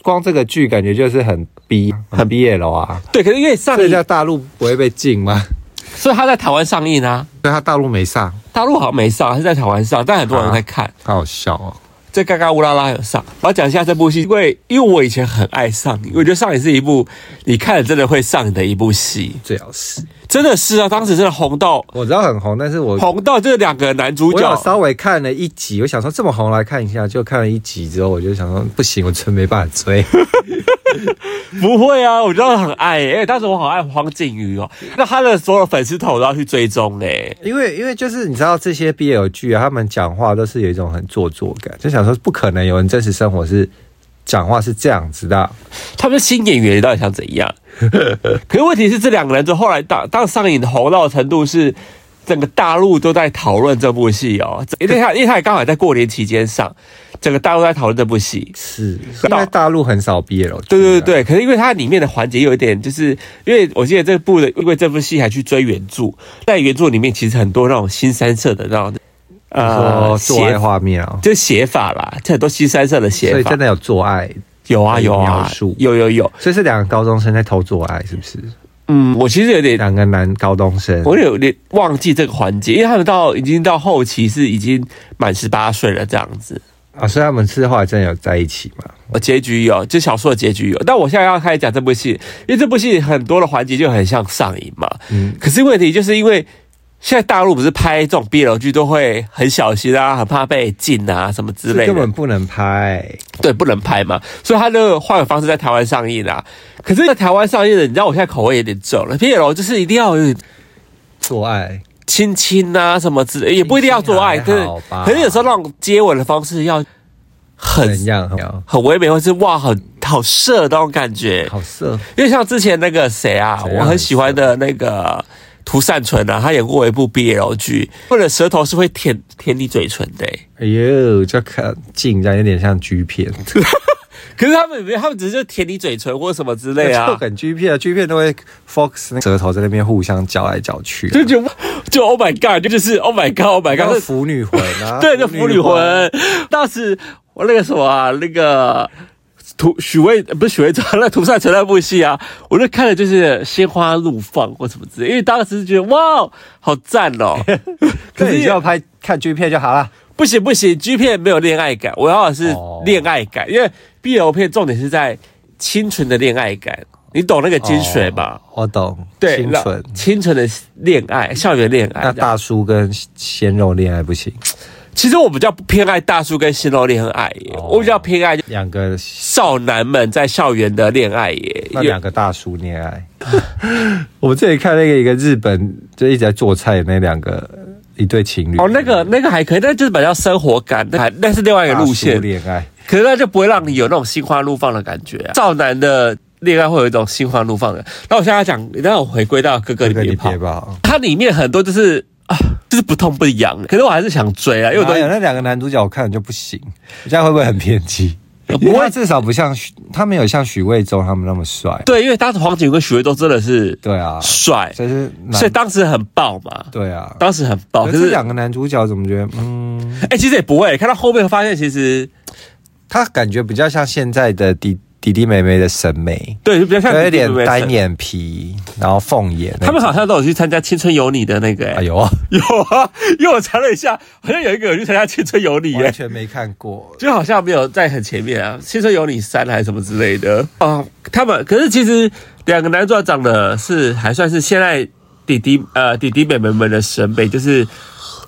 S2: 光这个剧感觉就是很逼，很毕业了啊。
S1: 对，可是因为上
S2: 所以
S1: 瘾
S2: 在，大陆不会被禁吗？
S1: 所以他在台湾上映啊。
S2: 所以他大陆没上，
S1: 大陆好像没上，是在台湾上，但很多人在看。
S2: 好好笑哦。
S1: 这嘎嘎乌拉拉有上，我要讲一下这部戏，因为因为我以前很爱上瘾，我觉得上瘾是一部你看了真的会上瘾的一部戏，
S2: 最好是，
S1: 真的是啊，当时真的红到
S2: 我知道很红，但是我
S1: 红到这两个男主
S2: 我有
S1: 角，
S2: 稍微看了一集，我想说这么红来看一下，就看了一集之后，我就想说不行，我真没办法追。
S1: 不会啊，我真的很爱、欸，因为当时我好爱黄景瑜哦，那他的所有粉丝团我都要去追踪嘞、
S2: 因为因为就是你知道这些 BL 剧啊，他们讲话都是有一种很做作感，就想说不可能有人真实生活是讲话是这样子的。啊
S1: 他们是新演员，到底想怎 样？可是问题是，这两个人就后来当当上瘾红到的程度是，整个大陆都在讨论这部戏哦，因为他因为他也刚好在过年期间上，整个大陆都在讨论这部戏。
S2: 是，因为大陆很少 BL 剧、啊。
S1: 对对对，可是因为它里面的环节有一点，就是因为我记得这部的，因为这部戏还去追原著，那原著里面其实很多那种新三色的那种呃
S2: 说做爱
S1: 写
S2: 画面啊、
S1: 就写法啦，就很多新三色的
S2: 所
S1: 写
S2: 以
S1: 法
S2: 真，的有做爱，
S1: 有啊
S2: 可以
S1: 有
S2: 描
S1: 啊
S2: 述，
S1: 有有有，
S2: 所以是两个高中生在偷做爱，是不是？
S1: 嗯，我其实有点
S2: 两个男高中生，
S1: 我有点忘记这个环节，因为他们到已经到后期是已经满十八岁了这样子。
S2: 啊，所以他们是后来真的有在一起嘛？
S1: 呃结局有，就小说的结局有。但我现在要开始讲这部戏，因为这部戏很多的环节就很像上瘾嘛。
S2: 嗯，
S1: 可是问题就是因为现在大陆不是拍这种 BL 剧都会很小心啊，很怕被禁啊什么之
S2: 这
S1: 类
S2: 根
S1: 的
S2: 本，不能拍，
S1: 对，不能拍嘛。所以他就换个方式在台湾上映啊。可是，在台湾上映的，你知道我现在口味有点重了，BL 就是一定要有点
S2: 做爱
S1: 亲亲啊什么之类，也不一定要做爱，
S2: 亲亲
S1: 可
S2: 还
S1: 是
S2: 好吧
S1: 可是有时候那种接吻的方式要
S2: 怎
S1: 很
S2: 样？
S1: 很唯美，或是哇很好射的那种感觉。
S2: 好色，
S1: 因为像之前那个谁啊，
S2: 谁啊
S1: 我很喜欢的那个涂善存啊，他演过一部 BL 剧，或者舌头是会舔舔你嘴唇的欸、
S2: 哎呦，就看近，这样有点像 G 片，
S1: 可是他们没有，他们只是就舔你嘴唇或什么之类
S2: 就
S1: 啊。
S2: 很 G 片啊，G 片都会 Fox 那舌头在那边互相搅来搅去啊，
S1: 就觉得就 Oh my God，就是 Oh my God，Oh my
S2: 然
S1: God，
S2: 后腐女魂啊，
S1: 对，就腐女魂。 当时我那个什么啊，那个涂许魏不是许魏洲，那 涂善存那部戏啊，我就看了就是心花怒放或什么之类，因为当时就觉得哇，好赞 哦！
S2: 可
S1: 可是
S2: 是你就要拍看 G 片就好了。
S1: 不行不行，G 片没有恋爱
S2: 哦
S1: 感，我要的是恋爱感，因为 BL 片重点是在清纯的恋爱感。你懂那个金水吧？
S2: 哦我懂，
S1: 对，
S2: 清
S1: 那哎
S2: 纯。
S1: 清纯的恋爱，校园恋爱
S2: 那
S1: 这样。
S2: 大叔跟鲜肉恋爱不行，
S1: 其实我比较不偏爱大叔跟新楼恋爱耶，
S2: 哦
S1: 我比较偏爱
S2: 两个
S1: 少男们在校园的恋爱耶。
S2: 那两个大叔恋爱。 我们这里看那个一个日本就一直在做菜的那两个一对情侣
S1: 哦，那个那个还可以，那就是比较生活感，那还那是另外一个
S2: 大
S1: 路
S2: 叔
S1: 线。
S2: 恋爱，
S1: 可是那就不会让你有那种心花怒放的感觉、啊。少男的恋爱会有一种心花怒放的。那我现在讲，那我回归到哥哥
S2: 这
S1: 你
S2: 个
S1: 别
S2: 你
S1: 跑
S2: 别，吧。
S1: 它里面很多就是啊，就是不痛不痒。可是我还是想追啊，因为我
S2: 哪有
S1: 都
S2: 那两个男主角我看了就不行，这样会不会很偏激？
S1: 不
S2: 不
S1: 会
S2: 会，至少不像许他没有像许魏洲他们那么帅。
S1: 对，因为当时黄景跟许魏洲真的是
S2: 对啊，
S1: 帅，
S2: 这是男
S1: 所以当时很爆嘛，
S2: 对啊。
S1: 当时很爆。
S2: 可
S1: 可
S2: 是这
S1: 是
S2: 两个男主角怎么觉得，嗯，
S1: 哎、其实也不会，看到后面发现其实
S2: 他感觉比较像现在的弟弟弟妹妹的审美，
S1: 对，就比较像
S2: 有一点单。眼皮，然后凤眼那种。
S1: 他们好像都有去参加《青春有你》的那个、哎
S2: 哎呦，完
S1: 有啊， 因为我查了一下，好像有一个有去参加《青春有你》哎耶，
S2: 全没看过。
S1: 就好像没有在很前面啊，《青春有你三》还是什么之类的哦。他们可是其实两个男主角长得是还算是现在弟弟呃弟弟妹妹们的审美，就是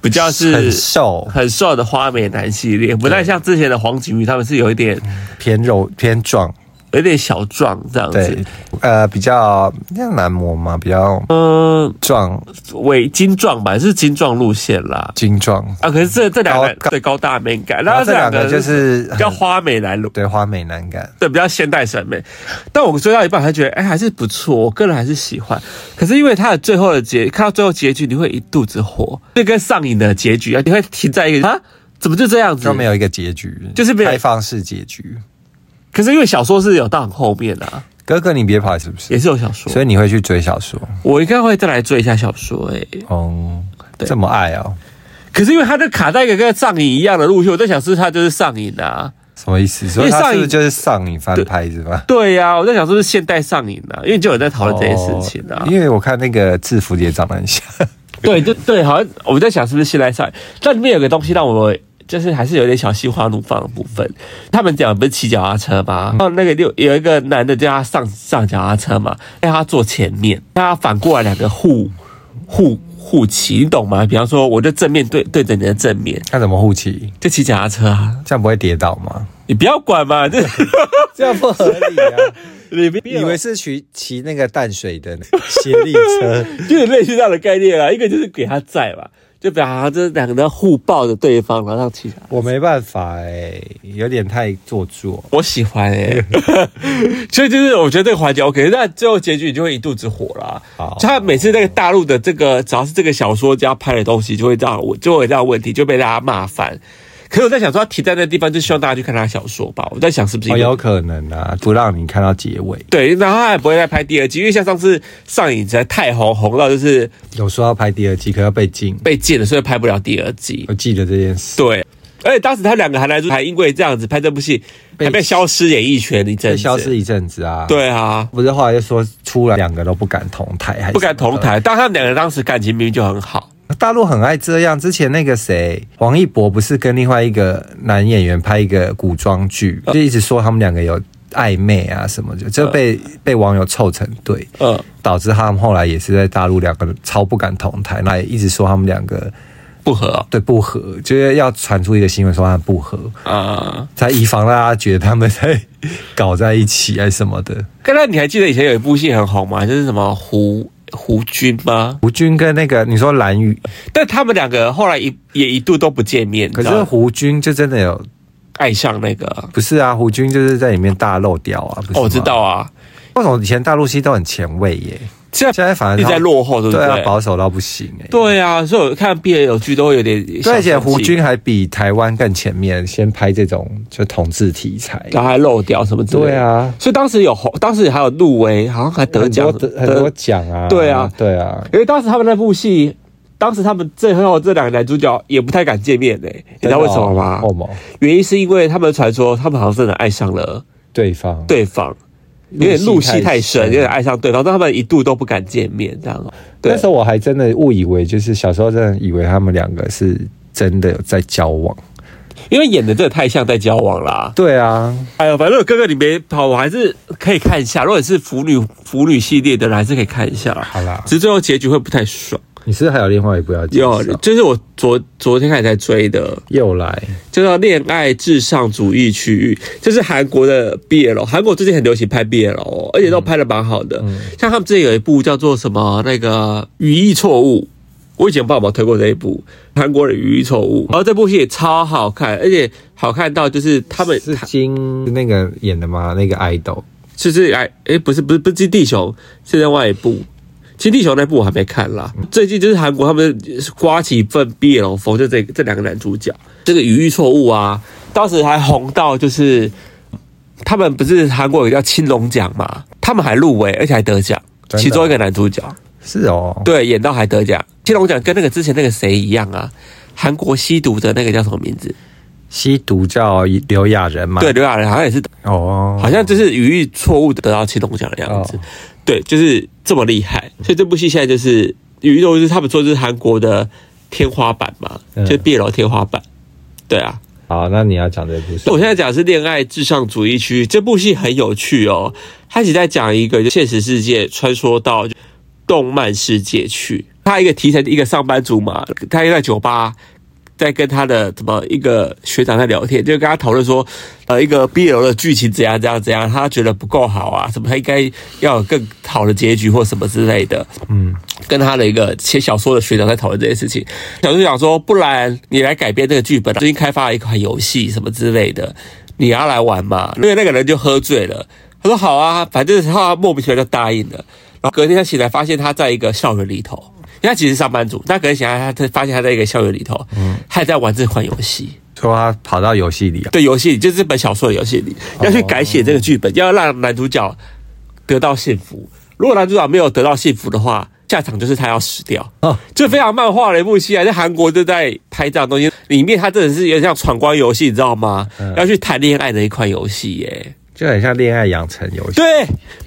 S1: 比较
S2: 很
S1: 是
S2: 瘦，
S1: 很瘦的花美男系列，不太像之前的黄景瑜他们是有一点
S2: 偏肉偏壮，
S1: 有一点小壮这样
S2: 对
S1: 子，，
S2: 呃，比较像男模嘛，比较
S1: 嗯，
S2: 壮
S1: 伪精壮吧，是精壮路线啦。
S2: 精壮。
S1: 啊，可是这这两个
S2: 高
S1: 对高大美感，
S2: 然
S1: 然
S2: 后
S1: 后
S2: 这
S1: 这
S2: 两
S1: 两
S2: 个
S1: 个
S2: 就是
S1: 比较花美男路。
S2: 对花美男感，
S1: 对，比较现代审美。但我追到一半还觉得，哎、还是不错，我个人还是喜欢。可是因为它的最后的结，看到最后结局，你会一肚子火，就跟上瘾的结局一样，你会停在一个啊，怎么就这样子
S2: 就？没有一个结局，
S1: 就是没有
S2: 开放式结局。
S1: 可是因为小说是有到很后面啊，
S2: 哥哥，你别跑是不
S1: 也
S2: 是？
S1: 是有小说，
S2: 所以你会去追小说？
S1: 我应该会再来追一下小说、哎，
S2: 哦，
S1: 对
S2: 这么爱哦，
S1: 可是因为它就卡在一个跟上瘾一样的路线，我在想是不是它就是上瘾啊。
S2: 什么意思？所以
S1: 因为
S2: 他
S1: 上
S2: 是
S1: 瘾
S2: 不是就是上瘾翻拍是吧？
S1: 对呀、我在想是不是现代上瘾啊？因为就有人在讨论这件事情啊。
S2: 哦因为我看那个制服也长得很像，
S1: 对，就对，好像我在想是不是现代上，但里面有个东西让我就是还是有点小心花怒放的部分。他们讲不是骑脚踏车吗？然后那个有有一个男的叫他上上脚踏车嘛，让他坐前面，让他反过来两个互互互骑，你懂吗？比方说，我就正面对对着你的正面，
S2: 看怎么护旗，
S1: 就骑脚踏车啊，
S2: 这样不会跌倒吗？
S1: 你不要管嘛， 这
S2: 这样不合理啊！
S1: 你不
S2: 以
S1: 以
S2: 为
S1: 为
S2: 是骑骑那个淡水的斜力 车，
S1: 就是类似这样的概念啊，一个就是给他载嘛。就比方这两个人互抱着对方，然后让骑脚踏车
S2: 我没办法哎、有点太做作。
S1: 我喜欢哎、 所以就是我觉得这个环节 OK，那最后结局你就会一肚子火啦
S2: 好。
S1: 他每次那个大陆的这个，只要是这个小说家拍的东西，就会这样，我就会有这样的问题，就被大家骂翻。可是我在想说，他停在那地方，就希望大家去看他的小说吧。我在想是不是因
S2: 哦，
S1: 为
S2: 有可能啊，不让你看到结尾。
S1: 对，然后他也不会再拍第二季，因为像上次上瘾实在太红，红到就是
S2: 有说要拍第二季，可要被禁。
S1: 被禁了，所以拍不了第二季
S2: 我。记得这件事，
S1: 对，而且当时他两个还来还因为这样子拍这部戏，
S2: 被
S1: 还被消失演艺圈一阵
S2: 被
S1: 子。
S2: 消失一阵子啊。，
S1: 对啊，
S2: 不是后来又说出来两个都不敢同台，还是
S1: 不敢同台。但他们两个当时感情明明就很好，
S2: 大陆很爱这样。之前那个谁，王一博不是跟另外一个男演员拍一个古装剧，
S1: 呃
S2: 就一直说他们两个有暧昧啊什么的，就被、被网友凑成对，
S1: 嗯，
S2: 导致他们后来也是在大陆两个超不敢同台，那也一直说他们两个
S1: 不合啊、
S2: 对不和，就是要传出一个新闻说他们不和，
S1: 啊
S2: 才以防大家觉得他们在 搞在一起还是什么的。
S1: 刚才你还记得以前有一部戏很红吗？就是什么胡胡军吗？
S2: 胡军跟那个你说蓝宇，
S1: 但他们两个后来一也一度都不见面，
S2: 可
S1: 你知
S2: 是
S1: 道吗
S2: 胡军就真的有
S1: 爱上那个。
S2: 不是啊？胡军就是在里面大漏掉啊！不是吗
S1: 哦，我知道，啊，
S2: 为什么以前大陆戏都很前卫 耶？
S1: 现在
S2: 现在反而
S1: 一直在落后，对不对？
S2: 对啊，保守到不行哎。
S1: 对啊，所以我看 BL 剧都会有点
S2: 对，
S1: 小
S2: 而且
S1: 生气
S2: 胡军还比台湾更前面，先拍这种就同志题材。
S1: 然后还漏掉什么之类的。
S2: 对啊，
S1: 所以当时有红，当时还有入围，好像还得奖，
S2: 很多得很多奖啊！
S1: 对啊
S2: 对啊，
S1: 因为当时他们那部戏，当时他们最后这两个男主角也不太敢见面呢、你知道为什么吗？
S2: 哦，哦
S1: 原因是因为他们传说他们好像真的爱上了
S2: 对方
S1: 对方，有点入戏太深，有点爱上对方，但他们一度都不敢见面，这样。对
S2: 那时候我还真的误以为，就是小时候真的以为他们两个是真的有在交往，
S1: 因为演的真的太像在交往啦。
S2: 对啊，
S1: 哎呦，反正哥哥你没跑，我还是可以看一下。如果你是腐女腐女系列的，还是可以看一下。
S2: 好啦
S1: 只是最后结局会不太爽。
S2: 你是不是还有另外一部要介绍
S1: 有，就是啊我昨昨天开始在追的，
S2: 又来，
S1: 叫做《恋爱至上主义区域》，这是韩国的 BL，韩国最近很流行拍 BL 哦，而且都拍的蛮好的。像他们之前有一部叫做什么那个《语义错误》，我以前不知道有没有推过这一部韩国的《语义错误》，然后这部戏也超好看，而且好看到就是他们
S2: 是金那个演的吗？那个 idol
S1: 就是哎哎，不是不是不是金地熊，是另外一部。金地熊那部我还没看啦，最近就是韩国他们刮起一份 BL 风，就这这两个男主角，这个语义错误啊，当时还红到就是他们不是韩国有个叫青龙奖嘛，他们还入围，而且还得奖，
S2: 真的
S1: 其中一个男主角
S2: 是哦，
S1: 对演到还得奖，青龙奖跟那个之前那个谁一样啊，韩国吸毒的那个叫什么名字？
S2: 吸毒叫刘亚仁嘛，
S1: 对，刘亚仁好像也是
S2: 哦，
S1: 好像就是语义错误的得到青龙奖的样子。
S2: 哦嗯
S1: 对，就是这么厉害。所以这部戏现在就是语义错误，就是他们说就是韩国的天花板嘛，
S2: 嗯
S1: 就是 BL 天花板。对啊，
S2: 好，那你要讲这部是
S1: 我现在讲的是《恋爱至上主义区》这部戏很有趣哦，它只在讲一个就现实世界穿梭到动漫世界去。他一个题材，一个上班族嘛，他又在酒吧，在跟他的怎么一个学长在聊天，就跟他讨论说，呃，一个 BL 的剧情怎样怎样怎样，他觉得不够好啊，什么他应该要有更好的结局或什么之类的。
S2: 嗯，
S1: 跟他的一个写小说的学长在讨论这件事情，小说长说，不然你来改编这个剧本啊，最近开发了一款游戏什么之类的，你要来玩嘛？因为那个人就喝醉了，他说好啊，反正他莫名其妙就答应了。然后隔天他醒来，发现他在一个校园里头，因为他其实是上班族，但隔天醒来，他他发现他在一个校园里头，他还在玩这款游戏。
S2: 说他跑到游戏里啊，
S1: 对游戏里，就是这本小说的游戏里，要去改写这个剧本，要让男主角得到幸福。如果男主角没有得到幸福的话，下场就是他要死掉。
S2: 哦
S1: 这非常漫画的一部戏啊，在韩国就在拍这样的东西，里面他真的是有点像闯关游戏，你知道吗？
S2: 嗯
S1: 要去谈恋爱的一款游戏耶。
S2: 就很像恋爱养成游戏。
S1: 对，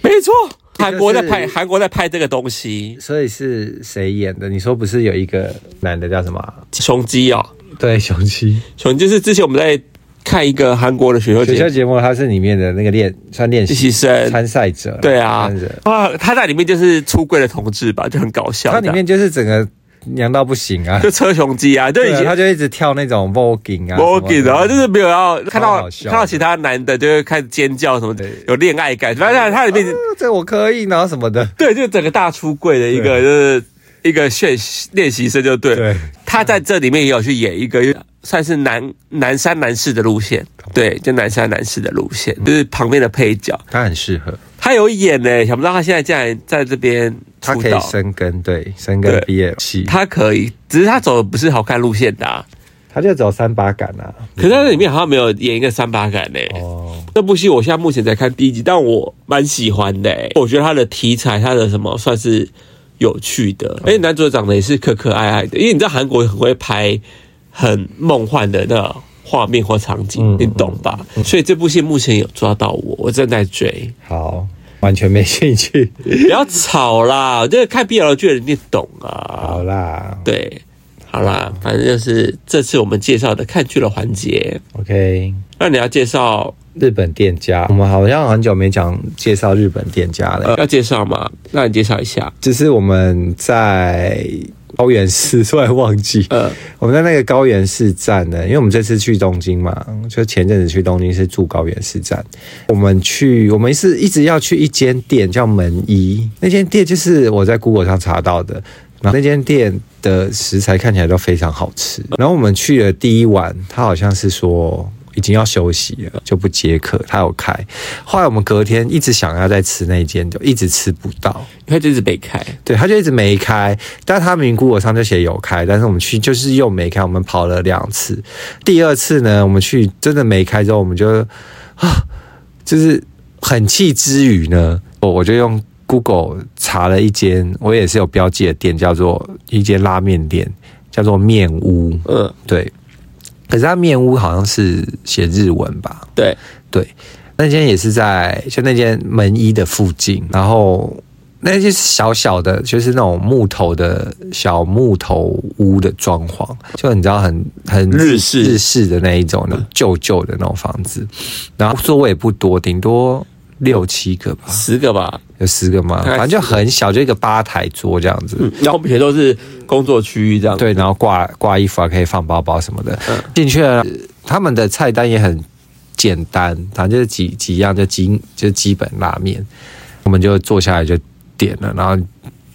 S1: 没错，韩国在
S2: 这个
S1: 拍
S2: 是
S1: 韩国在拍这个东西，
S2: 所以是谁演的？你说不是有一个男的叫什么啊？
S1: 雄鸡哦，
S2: 对，雄鸡
S1: 雄鸡是之前我们在看一个韩国的选秀
S2: 学校
S1: 节
S2: 节目，他是里面的那个练算练
S1: 实习
S2: 习
S1: 生。
S2: 参赛者，
S1: 对啊
S2: 参赛者，
S1: 啊，他在里面就是出柜的同志吧，就很搞笑这
S2: 他
S1: 样。
S2: 里面就是整个娘到不行 啊，
S1: 就车雄鸡啊，就以
S2: 对啊，
S1: 前
S2: 他就一直跳那种 voguing 啊
S1: b o g
S2: 什么的
S1: 然后就是没有要看到
S2: 好笑
S1: 看到其他男的就会开始尖叫什么的
S2: 对，
S1: 有恋爱感，反正他里面
S2: 啊这我可以，然后什么的，
S1: 对，就整个大出柜的一个就是一个炫练习生就对
S2: 对
S1: 了。他在这里面也有去演一个算是南南山男士的路线，
S2: 哦
S1: 对，就南山男士的路线，就是旁边的配角，
S2: 他很适合，
S1: 他有演呢、想不到他现在竟然在这边
S2: 他
S1: 出
S2: 可以
S1: 道。
S2: 生根，对，生根
S1: 对
S2: 毕业戏，
S1: 他可以，只是他走的不是好看路线的、啊，
S2: 他就走三把杆 啊，
S1: 可是他在里面好像没有演一个三八感呢、
S2: 哦，
S1: 这部戏我现在目前才看第一集，但我蛮喜欢的、欸。我觉得它的题材，它的什么算是有趣的，
S2: 嗯
S1: 而且男主角长得也是可可爱爱的。因为你知道韩国很会拍很梦幻的那种画面或场景
S2: 嗯，
S1: 你懂吧？所以这部戏目前有抓到我，我正在追。
S2: 好，完全没兴趣，
S1: 不要吵啦，这个看 BL 剧的人你懂啊。
S2: 好啦
S1: 对，好啦，反正就是这次我们介绍的看剧的环节。
S2: ，OK，
S1: 那你要介绍
S2: 日本店家，我们好像很久没讲介绍日本店家了，
S1: 呃要介绍吗？那你介绍一下。
S2: 就是我们在高原寺，突然忘记，
S1: 呃，
S2: 我们在那个高原市站呢，因为我们这次去东京嘛，就前阵子去东京是住高原市站。我们去，我们是一直要去一间店叫门一，那间店就是我在 Google 上查到的。然后那间店的食材看起来都非常好吃。然后我们去了第一晚，他好像是说已经要休息了，就不接客，他有开。后来我们隔天一直想要再吃那间，就一直吃不到。
S1: 他就是北开。
S2: 对，他就一直没开，但他明估我上就写有开，但是我们去就是又没开，我们跑了两次，第二次呢，我们去真的没开之后，我们就啊，就是很气之余呢，我我就用 Google 查了一间我也是有标记的店，叫做一间拉面店，叫做面屋，
S1: 嗯，
S2: 对，可是它面屋好像是写日文吧，
S1: 对，
S2: 对，那间也是在就那间门一的附近，然后那些小小的，就是那种木头的小木头屋的装潢，就你知道很很
S1: 日式
S2: 日式的那一种，那种旧旧的那种房子，然后座位也不多，顶多六七个吧，
S1: 十个吧，
S2: 有十个吗？
S1: 大概
S2: 反正就很小，就一个吧台桌这样子。
S1: 然后我们以前都是工作区域这样，，
S2: 对，然后挂挂衣服啊，可以放包包什么的。
S1: 嗯
S2: 进去了，他们的菜单也很简单，反正就是几几样，就基就基本拉面。我们就坐下来就点了，然后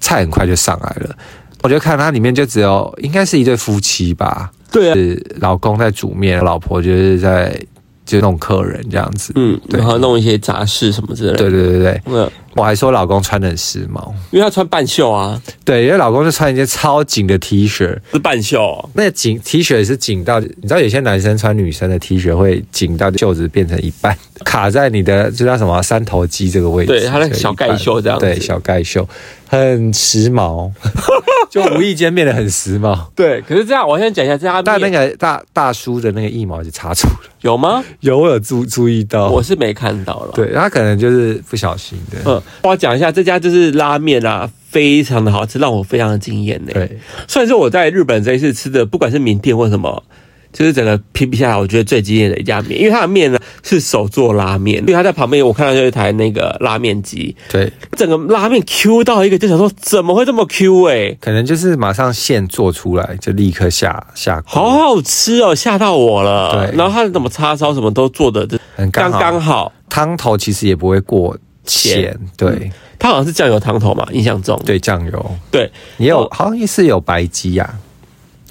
S2: 菜很快就上来了。我就看它里面就只有应该是一对夫妻吧，
S1: 对啊，
S2: 是老公在煮面，老婆就是在就弄客人这样子。
S1: 嗯，
S2: 对
S1: 然后弄一些杂事什么之类的，
S2: 对对对对，
S1: 嗯，
S2: 我还说老公穿的很时髦，
S1: 因为他穿半袖啊，
S2: 对，因为老公就穿一件超紧的 T 恤，
S1: 是半袖哦、
S2: 那个紧 T 恤也是紧到，你知道有些男生穿女生的 T 恤会紧到袖子变成一半，卡在你的这叫什么三头肌这个位置，
S1: 对它那个小盖袖这样子
S2: 对，小盖袖很时 髦，就无意间变得很时髦。
S1: 对，可是这样，我先讲一下，这家
S2: 但那
S1: 面
S2: 个大大叔的那个腋毛就插出了，
S1: 有吗？
S2: 有我有注注意到，
S1: 我是没看到了。，
S2: 哦对他可能就是不小心的，
S1: 嗯，我要讲一下这家就是拉面啊，非常的好吃，让我非常的惊艳呢。，
S2: 对，
S1: 算是我在日本这一次吃的，不管是名店或什么。就是整个评比下来，我觉得最惊艳的一家面，因为它的面呢是手做拉面，因为它在旁边我看到就有一台那个拉面机，
S2: 对，
S1: 整个拉面 Q 到一个，就想说怎么会这么 Q 哎、
S2: 可能就是马上现做出来就立刻下下锅，
S1: 好好吃哦，吓到我了。
S2: 对
S1: 然后它的什么叉烧什么都做的
S2: 很刚
S1: 刚
S2: 好
S1: 刚好，
S2: 汤头其实也不会过
S1: 咸
S2: 咸，
S1: 嗯
S2: 对
S1: 它好像是酱油汤头嘛，印象中。
S2: 对，酱油。
S1: 对，
S2: 也有
S1: 哦
S2: 好像也是有白鸡呀、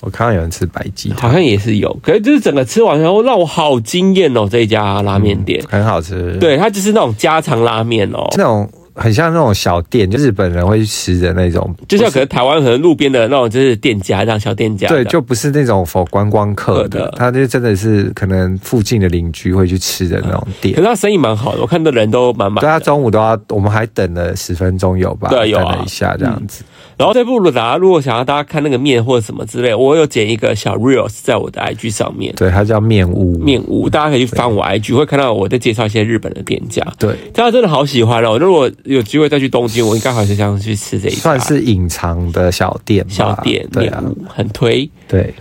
S2: 我看到有人吃白鸡
S1: 好
S2: 汤，
S1: 像也是有，可是就是整个吃完然后让我好惊艳哦，这一家拉面店。
S2: 很好吃。，
S1: 对，它就是那种家常拉面哦，
S2: 那种很像那种小店，就日本人会去吃的那种，
S1: 就像可能台湾可能路边的那种就是店家这样小店家这
S2: 对，
S1: 样。嗯
S2: 就不是那种否观光客
S1: 对
S2: 的
S1: 的，
S2: 他就真的是可能附近的邻居会去吃的那种店
S1: 嗯可是。他生意蛮好的，我看到人都满满
S2: 对
S1: 的。
S2: 啊，中午都要，我们还等了十分钟有吧？
S1: 对有啊嗯
S2: 等了一下这样子。
S1: 然后这部大家如果想要大家看那个面或者什么之类，我有剪一个小 reels 在我的 IG 上面
S2: 对，它叫面屋。
S1: 面屋，大家可以去翻我 IG，会看到我在介绍一些日本的店家。
S2: 对，
S1: 大家真的好喜欢哦！如果有机会再去东京，我应该还是想去吃这一家
S2: 算是隐藏的小店吧。
S1: 小店
S2: 对
S1: 面
S2: 啊，
S1: 屋，很推。
S2: 对，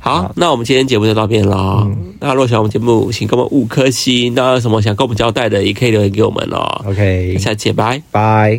S1: 好，那我们今天节目就到这边啦。
S2: 嗯
S1: 那如果喜欢我们节目，请给我们五颗星。那有什么想跟我们交代的，也可以留言给我们哦。
S2: OK，
S1: 下期见拜。
S2: 拜。